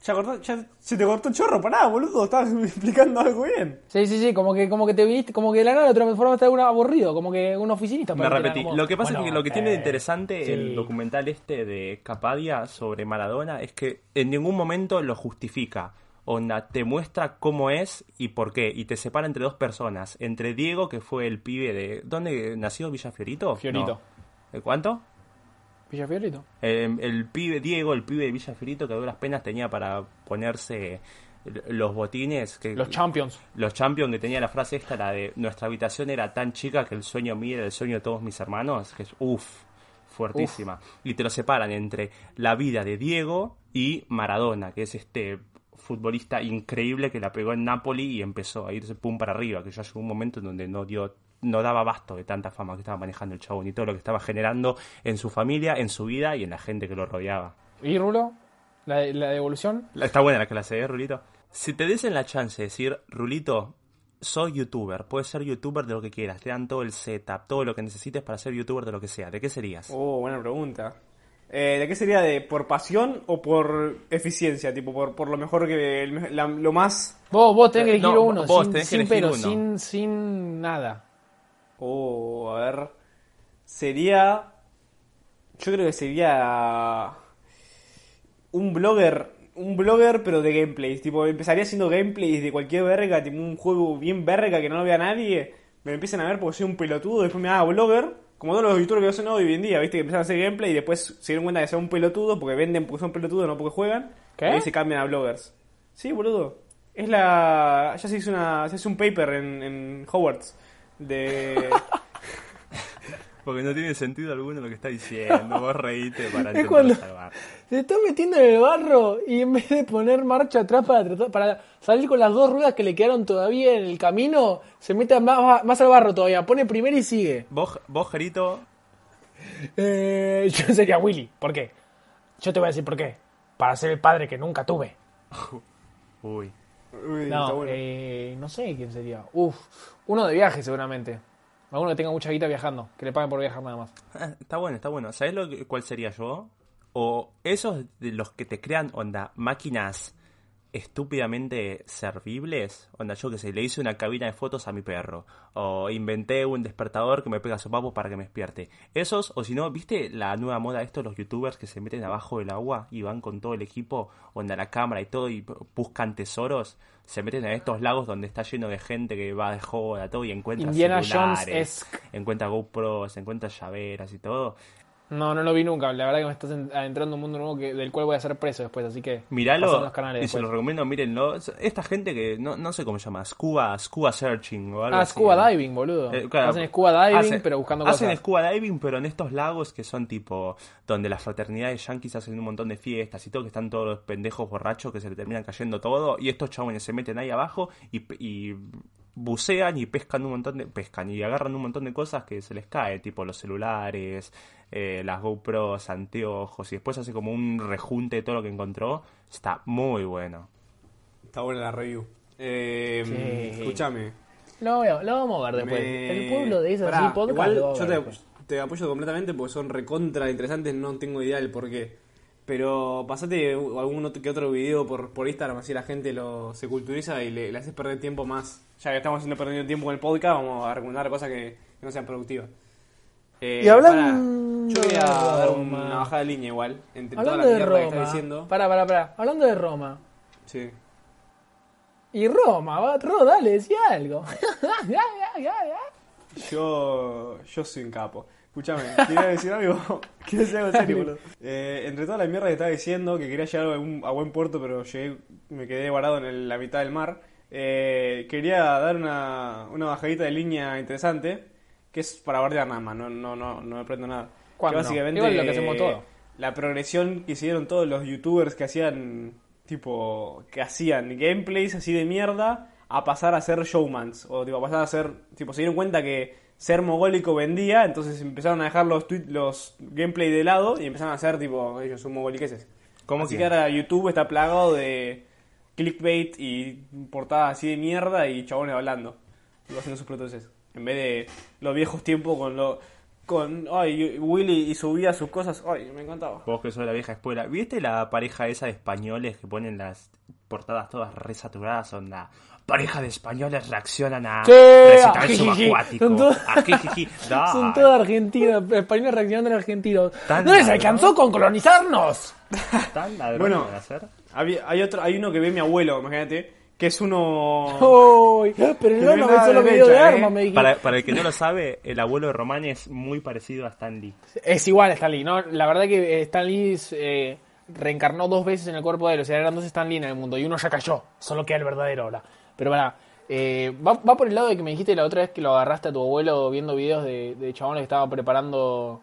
Speaker 3: Ya, cortó- ya se te cortó el chorro, pará, boludo. Estabas [LAUGHS] explicando algo bien.
Speaker 1: Sí, sí, sí, como que, como que te viniste, como que de la nada lo transformaste en un aburrido, como que un oficinista.
Speaker 2: Me
Speaker 1: parece, era
Speaker 2: repetí.
Speaker 1: como,
Speaker 2: Lo que pasa es que
Speaker 1: bueno,
Speaker 2: lo que tiene de
Speaker 1: eh,
Speaker 2: interesante
Speaker 1: sí.
Speaker 2: el documental este de Capadia sobre Maradona es que en ningún momento lo justifica. Onda, te muestra cómo es y por qué. Y te separa entre dos personas. Entre Diego, que fue el pibe de... ¿Dónde nació? ¿Villa Fiorito?
Speaker 1: Fiorito.
Speaker 2: No. ¿Eh, ¿Cuánto?
Speaker 1: Villafiorito.
Speaker 2: Eh, el pibe Diego, el pibe de Villa Fiorito, que a duras penas tenía para ponerse los botines. Que,
Speaker 1: Los Champions.
Speaker 2: los Champions que tenía la frase esta, la de nuestra habitación era tan chica que el sueño mío era el sueño de todos mis hermanos, que es uff, fuertísima. Y te lo separan entre la vida de Diego y Maradona, que es este futbolista increíble que la pegó en Napoli y empezó a irse pum para arriba, que ya llegó un momento en donde no dio no daba abasto de tanta fama que estaba manejando el chabón y todo lo que estaba generando en su familia, en su vida y en la gente que lo rodeaba.
Speaker 1: ¿Y Rulo? ¿La, de- la devolución?
Speaker 2: La- Está buena la clase, ¿eh, Rulito? Si te dicen la chance de decir, Rulito, soy youtuber, puedes ser youtuber de lo que quieras, te dan todo el setup, todo lo que necesites para ser youtuber de lo que sea, ¿de qué serías?
Speaker 3: Oh, buena pregunta. Eh, ¿De qué sería? ¿De por pasión o por eficiencia? Tipo, por, por lo mejor que... el me- la- lo más...
Speaker 1: Vos, vos tenés que
Speaker 2: Eh, no,
Speaker 1: elegir uno,
Speaker 2: vos
Speaker 1: sin,
Speaker 2: tenés que
Speaker 1: sin
Speaker 2: elegir
Speaker 1: pero,
Speaker 2: uno.
Speaker 1: Sin, sin nada.
Speaker 3: Oh, a ver... Sería... Yo creo que sería... Un blogger... Un blogger, pero de gameplays. Tipo, empezaría haciendo gameplays de cualquier verga, tipo un juego bien verga que no lo vea nadie. Me empiezan a ver porque soy un pelotudo, después me haga blogger. Como todos los youtubers que son hoy en día, viste, que empiezan a hacer gameplay y después se dieron cuenta que son un pelotudo porque venden porque son pelotudos, no porque juegan.
Speaker 1: ¿Qué?
Speaker 3: Y ahí se cambian a bloggers. Sí, boludo. Es la. Ya se hizo una. Se hizo un paper en, en Hogwarts.
Speaker 1: [LAUGHS]
Speaker 3: De.
Speaker 2: Porque no tiene sentido alguno lo que está diciendo, vos reíte para
Speaker 1: [LAUGHS] Es
Speaker 2: intentar
Speaker 1: cuando
Speaker 2: salvar.
Speaker 1: se está metiendo en el barro y en vez de poner marcha atrás para, tratar- para salir con las dos ruedas que le quedaron todavía en el camino, se mete más, más al barro todavía. Pone primero y sigue.
Speaker 2: Vos, vos Gerito,
Speaker 1: Eh, [LAUGHS] yo sería Willy. ¿Por qué? Yo te voy a decir por qué. Para ser el padre que nunca tuve.
Speaker 2: uy,
Speaker 3: Uy, está
Speaker 1: No,
Speaker 3: bueno.
Speaker 1: eh, no sé quién sería. Uf, uno de viaje seguramente. Alguno que tenga mucha guita viajando, que le paguen por viajar nada más.
Speaker 2: Ah, está bueno, está bueno. ¿Sabés lo que- cuál sería yo? O esos de los que te crean, onda, máquinas estúpidamente servibles. Onda, yo que sé, le hice una cabina de fotos a mi perro. O inventé un despertador que me pega su papo para que me despierte. Esos, o si no, ¿viste la nueva moda de estos, los youtubers que se meten abajo del agua y van con todo el equipo, onda, la cámara y todo, y buscan tesoros? Se meten a estos lagos donde está lleno de gente que va de joda, todo, y encuentra
Speaker 1: Indiana
Speaker 2: celulares
Speaker 1: Jones-esque.
Speaker 2: encuentra GoPros, encuentra llaveras y todo.
Speaker 1: No, no lo vi nunca. La verdad que me estás en- adentrando en un mundo nuevo que, del cual voy a ser preso después, así que... pasar
Speaker 2: Miralo
Speaker 1: los canales
Speaker 2: y se
Speaker 1: después.
Speaker 2: los recomiendo, mírenlo. Es- Esta gente que no, no sé cómo se llama, scuba, scuba searching o algo
Speaker 1: Ah,
Speaker 2: así.
Speaker 1: scuba diving, boludo.
Speaker 2: Eh, claro.
Speaker 1: Hacen scuba diving,
Speaker 2: Hacen-
Speaker 1: pero buscando
Speaker 2: Hacen
Speaker 1: cosas.
Speaker 2: scuba diving, pero en estos lagos que son tipo donde las fraternidades yanquis hacen un montón de fiestas y todo, que están todos los pendejos borrachos que se le terminan cayendo todo. Y estos chabones se meten ahí abajo y, pe- y bucean y pescan un montón de. pescan y agarran un montón de cosas que se les cae, tipo los celulares. eh, las GoPros, anteojos, y después hace como un rejunte de todo lo que encontró. Está muy bueno.
Speaker 3: Está buena la review. Eh,
Speaker 1: Sí.
Speaker 3: Escúchame.
Speaker 1: Lo, veo- lo vamos a ver después.
Speaker 3: me-
Speaker 1: El pueblo pues. de esas
Speaker 3: Pará,
Speaker 1: sí, podcast
Speaker 3: igual
Speaker 1: lo vamos a
Speaker 3: yo
Speaker 1: ver
Speaker 3: te,
Speaker 1: después.
Speaker 3: te apoyo completamente porque son recontra interesantes, no tengo idea del por qué. Pero pasate u- algún otro, que otro video por, por Instagram, así la gente lo, se culturiza y le, le haces perder tiempo más. Ya que estamos haciendo perdiendo tiempo con el podcast, vamos a recomendar cosas que, que no sean productivas. Eh,
Speaker 1: Y hablando
Speaker 3: pará, yo voy a
Speaker 1: de
Speaker 3: dar
Speaker 1: Roma.
Speaker 3: una bajada de línea igual, entre
Speaker 1: Hablando
Speaker 3: toda la
Speaker 1: de
Speaker 3: mierda que estás
Speaker 1: Roma.
Speaker 3: diciendo.
Speaker 1: Pará, pará, pará. Hablando de Roma.
Speaker 3: Sí.
Speaker 1: Y Roma, va, Ro, dale, decía algo. [LAUGHS] ya, ya, ya, ya.
Speaker 3: Yo, yo soy un capo. Escúchame, quería decir algo. [LAUGHS] Quiero decir algo serio, boludo. Eh, entre toda la mierda que estaba diciendo, que quería llegar a, un- a buen puerto, pero llegué, me quedé varado en el- la mitad del mar. eh, quería dar una, una bajadita de línea interesante, que es para bardear nada más, no, no, no, no me prendo nada.
Speaker 1: ¿Cuándo
Speaker 3: Que
Speaker 1: no?
Speaker 3: básicamente
Speaker 1: Igual lo que hacemos todos.
Speaker 3: la progresión que hicieron todos los youtubers que hacían, tipo, que hacían gameplays así de mierda, a pasar a ser showmans. O, tipo, a pasar a ser, tipo, se dieron cuenta que ser mogólico vendía, entonces empezaron a dejar los, tweet- los gameplay de lado y empezaron a hacer, tipo, ellos son mogoliqueses.
Speaker 2: ¿Cómo
Speaker 3: así
Speaker 2: que?
Speaker 3: que ahora YouTube está plagado de clickbait y portadas así de mierda y chabones hablando. Y haciendo sus protocolos. En vez de los viejos tiempos con lo... Con, ay, Willy y subía sus cosas. Ay, me encantaba.
Speaker 2: Vos que sos de la vieja escuela. ¿Viste la pareja esa de españoles que ponen las portadas todas resaturadas? Onda. Pareja de españoles reaccionan a
Speaker 1: Sí,
Speaker 2: recital
Speaker 1: ajijiji.
Speaker 2: subacuático.
Speaker 1: Son todas- [LAUGHS]
Speaker 2: Ajijiji.
Speaker 3: Ah.
Speaker 2: Dale.
Speaker 1: Son todos argentinos, españoles reaccionando a los argentinos.
Speaker 2: Tan
Speaker 1: ¡No les
Speaker 2: ladrón.
Speaker 1: alcanzó con colonizarnos!
Speaker 2: Tan ladrones
Speaker 3: Bueno.
Speaker 2: de hacer.
Speaker 3: Había- hay otro, hay uno que ve mi abuelo, imagínate, que
Speaker 1: [LAUGHS]
Speaker 3: es uno.
Speaker 1: ¡Uy! Pero el
Speaker 3: Que
Speaker 1: horno
Speaker 3: no es
Speaker 1: me solo
Speaker 3: nada
Speaker 1: medio de
Speaker 3: derecha,
Speaker 1: armas,
Speaker 3: ¿eh?
Speaker 1: me dijiste.
Speaker 2: Para, para el que no lo sabe, el abuelo de Román es muy parecido a Stan Lee.
Speaker 1: Es igual a Stan Lee, ¿no? La verdad que eh, Stan Lee eh, reencarnó dos veces en el cuerpo de él. O sea, eran dos Stan Lee en el mundo y uno ya cayó. Solo queda el verdadero ahora. Pero para, va, va por el lado de que me dijiste la otra vez que lo agarraste a tu abuelo viendo videos de, de chabones que estaban preparando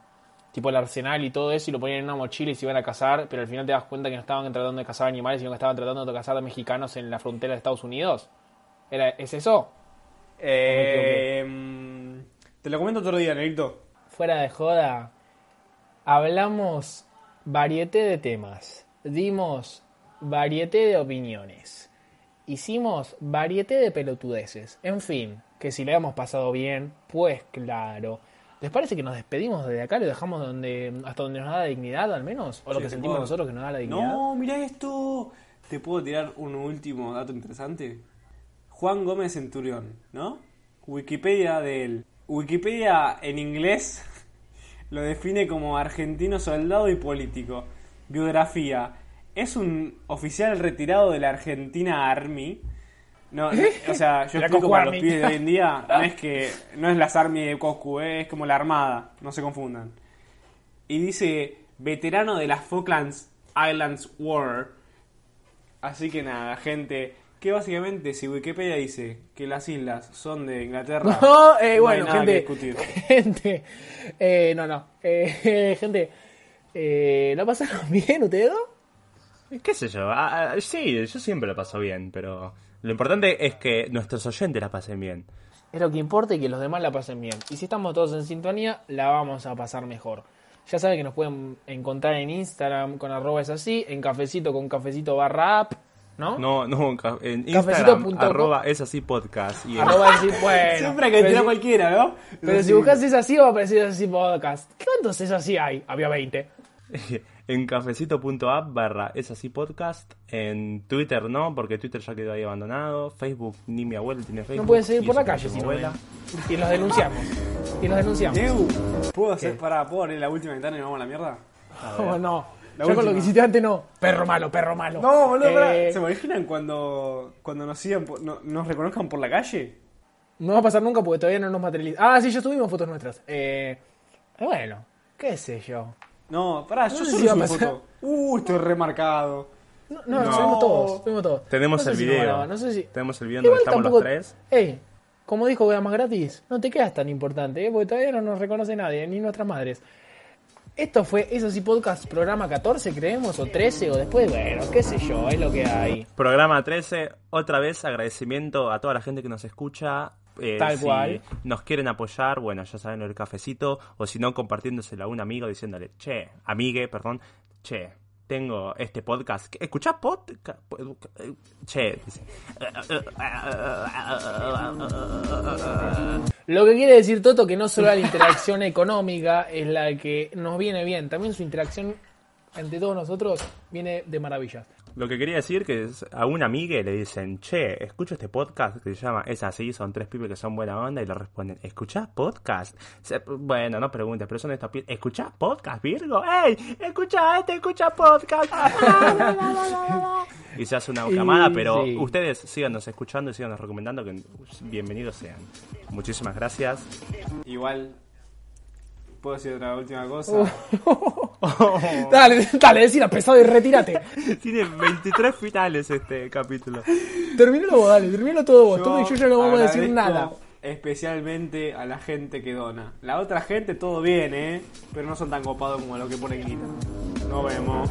Speaker 1: tipo el arsenal y todo eso y lo ponían en una mochila y se iban a cazar. Pero al final te das cuenta que no estaban tratando de cazar animales, sino que estaban tratando de cazar a mexicanos en la frontera de Estados Unidos. Era, ¿Es eso?
Speaker 3: Eh, mm, te lo comento otro día, Negrito.
Speaker 1: fuera de joda, hablamos variete de temas, dimos variete de opiniones, hicimos variete de pelotudeces. En fin, que si le hemos pasado bien, pues claro. ¿Les parece que nos despedimos de acá? ¿Lo dejamos donde, hasta donde nos da la dignidad, al menos? ¿O lo
Speaker 3: Sí,
Speaker 1: que
Speaker 3: te
Speaker 1: sentimos
Speaker 3: puedo-
Speaker 1: nosotros que nos da la dignidad? [LAUGHS]
Speaker 3: No, mirá esto. ¿Te puedo tirar un último dato interesante? Juan Gómez Centurión, ¿no? Wikipedia de él. Wikipedia en inglés [LAUGHS] lo define como argentino soldado y político. Biografía. Es un oficial retirado de la Argentina Army. No, no, o sea, yo
Speaker 1: La
Speaker 3: explico
Speaker 1: Coscu
Speaker 3: para los
Speaker 1: Army.
Speaker 3: pibes de hoy
Speaker 1: [LAUGHS]
Speaker 3: en día, no es que no es las Army de Coscu, eh, es como la Armada, no se confundan y dice veterano de las Falklands Islands War. Así que nada, gente, que básicamente si Wikipedia dice que las islas son de Inglaterra,
Speaker 1: [LAUGHS] No, eh,
Speaker 3: no
Speaker 1: bueno,
Speaker 3: hay nada
Speaker 1: gente.
Speaker 3: que discutir.
Speaker 1: [LAUGHS] Gente. eh, no, no. eh, [LAUGHS] gente. Eh, ¿La pasaron [LAUGHS] bien ustedes dos?
Speaker 2: ¿Qué sé yo? ah, ah, sí, yo siempre la paso bien, pero lo importante es que nuestros oyentes la pasen bien.
Speaker 1: Es lo que importa y que los demás la pasen bien. Y si estamos todos en sintonía, la vamos a pasar mejor. Ya saben que nos pueden encontrar en Instagram con arroba es así, en cafecito con cafecito barra app, ¿no?
Speaker 2: No, no, ca- en
Speaker 1: Cafecito
Speaker 2: Instagram,
Speaker 1: punto com.
Speaker 2: arroba es así podcast. Y en-
Speaker 1: Arroba es así, bueno.
Speaker 3: Siempre que
Speaker 1: pero
Speaker 3: tira
Speaker 1: si-
Speaker 3: cualquiera, ¿no?
Speaker 1: Pero si buscas es así, va a aparecer es así podcast. ¿Cuántos es así hay? Había 20.
Speaker 2: [LAUGHS] En cafecito.app barra es así podcast. En Twitter no, porque Twitter ya quedó ahí abandonado. Facebook ni mi abuelo tiene Facebook.
Speaker 1: No pueden seguir
Speaker 2: y
Speaker 1: por la
Speaker 2: eso que
Speaker 1: calle
Speaker 2: mi
Speaker 1: si no
Speaker 2: abuela.
Speaker 1: ven. Y los denunciamos. Y los denunciamos.
Speaker 3: Ew, ¿puedo hacer para ¿puedo abrir la última ventana y nos vamos a la mierda?
Speaker 1: Oh, no. Yo
Speaker 3: La
Speaker 1: con lo
Speaker 3: última.
Speaker 1: que hiciste antes no. Perro malo, perro malo.
Speaker 3: No, boludo, pará.
Speaker 1: Eh,
Speaker 3: ¿se imaginan cuando, cuando nos, sigan por- no- nos reconozcan por la calle?
Speaker 1: No va a pasar nunca porque todavía no nos materializa. Ah, sí, ya subimos fotos nuestras. Eh, eh, bueno. ¿Qué sé yo?
Speaker 3: No, pará, yo
Speaker 1: No sé
Speaker 3: solo
Speaker 1: si va a
Speaker 3: subí
Speaker 1: pasar.
Speaker 3: foto. Uh, estoy remarcado.
Speaker 1: No, no,
Speaker 2: No.
Speaker 1: subimos todos, subimos todos.
Speaker 2: Tenemos
Speaker 1: No sé
Speaker 2: el
Speaker 1: si
Speaker 2: video.
Speaker 1: lo graban, no sé si...
Speaker 2: Tenemos el video donde
Speaker 1: Igual
Speaker 2: estamos
Speaker 1: tampoco...
Speaker 2: los tres.
Speaker 1: Ey, como dijo Vea más gratis, no te quedas tan importante, ¿eh? porque todavía no nos reconoce nadie, ni nuestras madres. Esto fue, eso sí, podcast programa 14, creemos, o 13, o después, bueno, qué sé yo, es lo que hay.
Speaker 2: Programa 13, otra vez agradecimiento a toda la gente que nos escucha. Eh,
Speaker 1: Tal
Speaker 2: si
Speaker 1: cual.
Speaker 2: nos quieren apoyar, bueno, ya saben el cafecito, o si no, compartiéndoselo a un amigo diciéndole, che, amigue, perdón, che, tengo este podcast. ¿Qué? ¿Escuchás podcast? Che, dice.
Speaker 1: Lo que quiere decir Toto que no solo la interacción [LAUGHS] económica es la que nos viene bien, también su interacción entre todos nosotros viene de maravillas.
Speaker 2: Lo que quería decir que es, a un amigue le dicen, che, escucho este podcast que se llama Es así, son tres pibes que son buena onda y le responden, ¿escuchás podcast? Se- bueno, no preguntes, pero son estos pibes, ¿escuchás podcast, Virgo? ¡Ey! ¡Escucha este, escucha podcast! [LAUGHS] Ah, la, la, la, la, la. y se hace una
Speaker 1: Y
Speaker 2: camada, pero
Speaker 1: sí.
Speaker 2: ustedes síganos escuchando y síganos recomendando que bienvenidos sean. Muchísimas gracias.
Speaker 3: Igual. ¿Puedo decir otra última cosa?
Speaker 1: Uh, Dale, dale, decila pesado y retírate.
Speaker 2: Tiene 23 finales este capítulo.
Speaker 1: Terminalo vos, dale, terminalo todo vos, Toto y yo ya no vamos a decir
Speaker 3: agradezco
Speaker 1: nada.
Speaker 3: Especialmente a la gente que dona. La otra gente todo bien, ¿eh? Pero no son tan copados como lo que pone Guita. Nos vemos.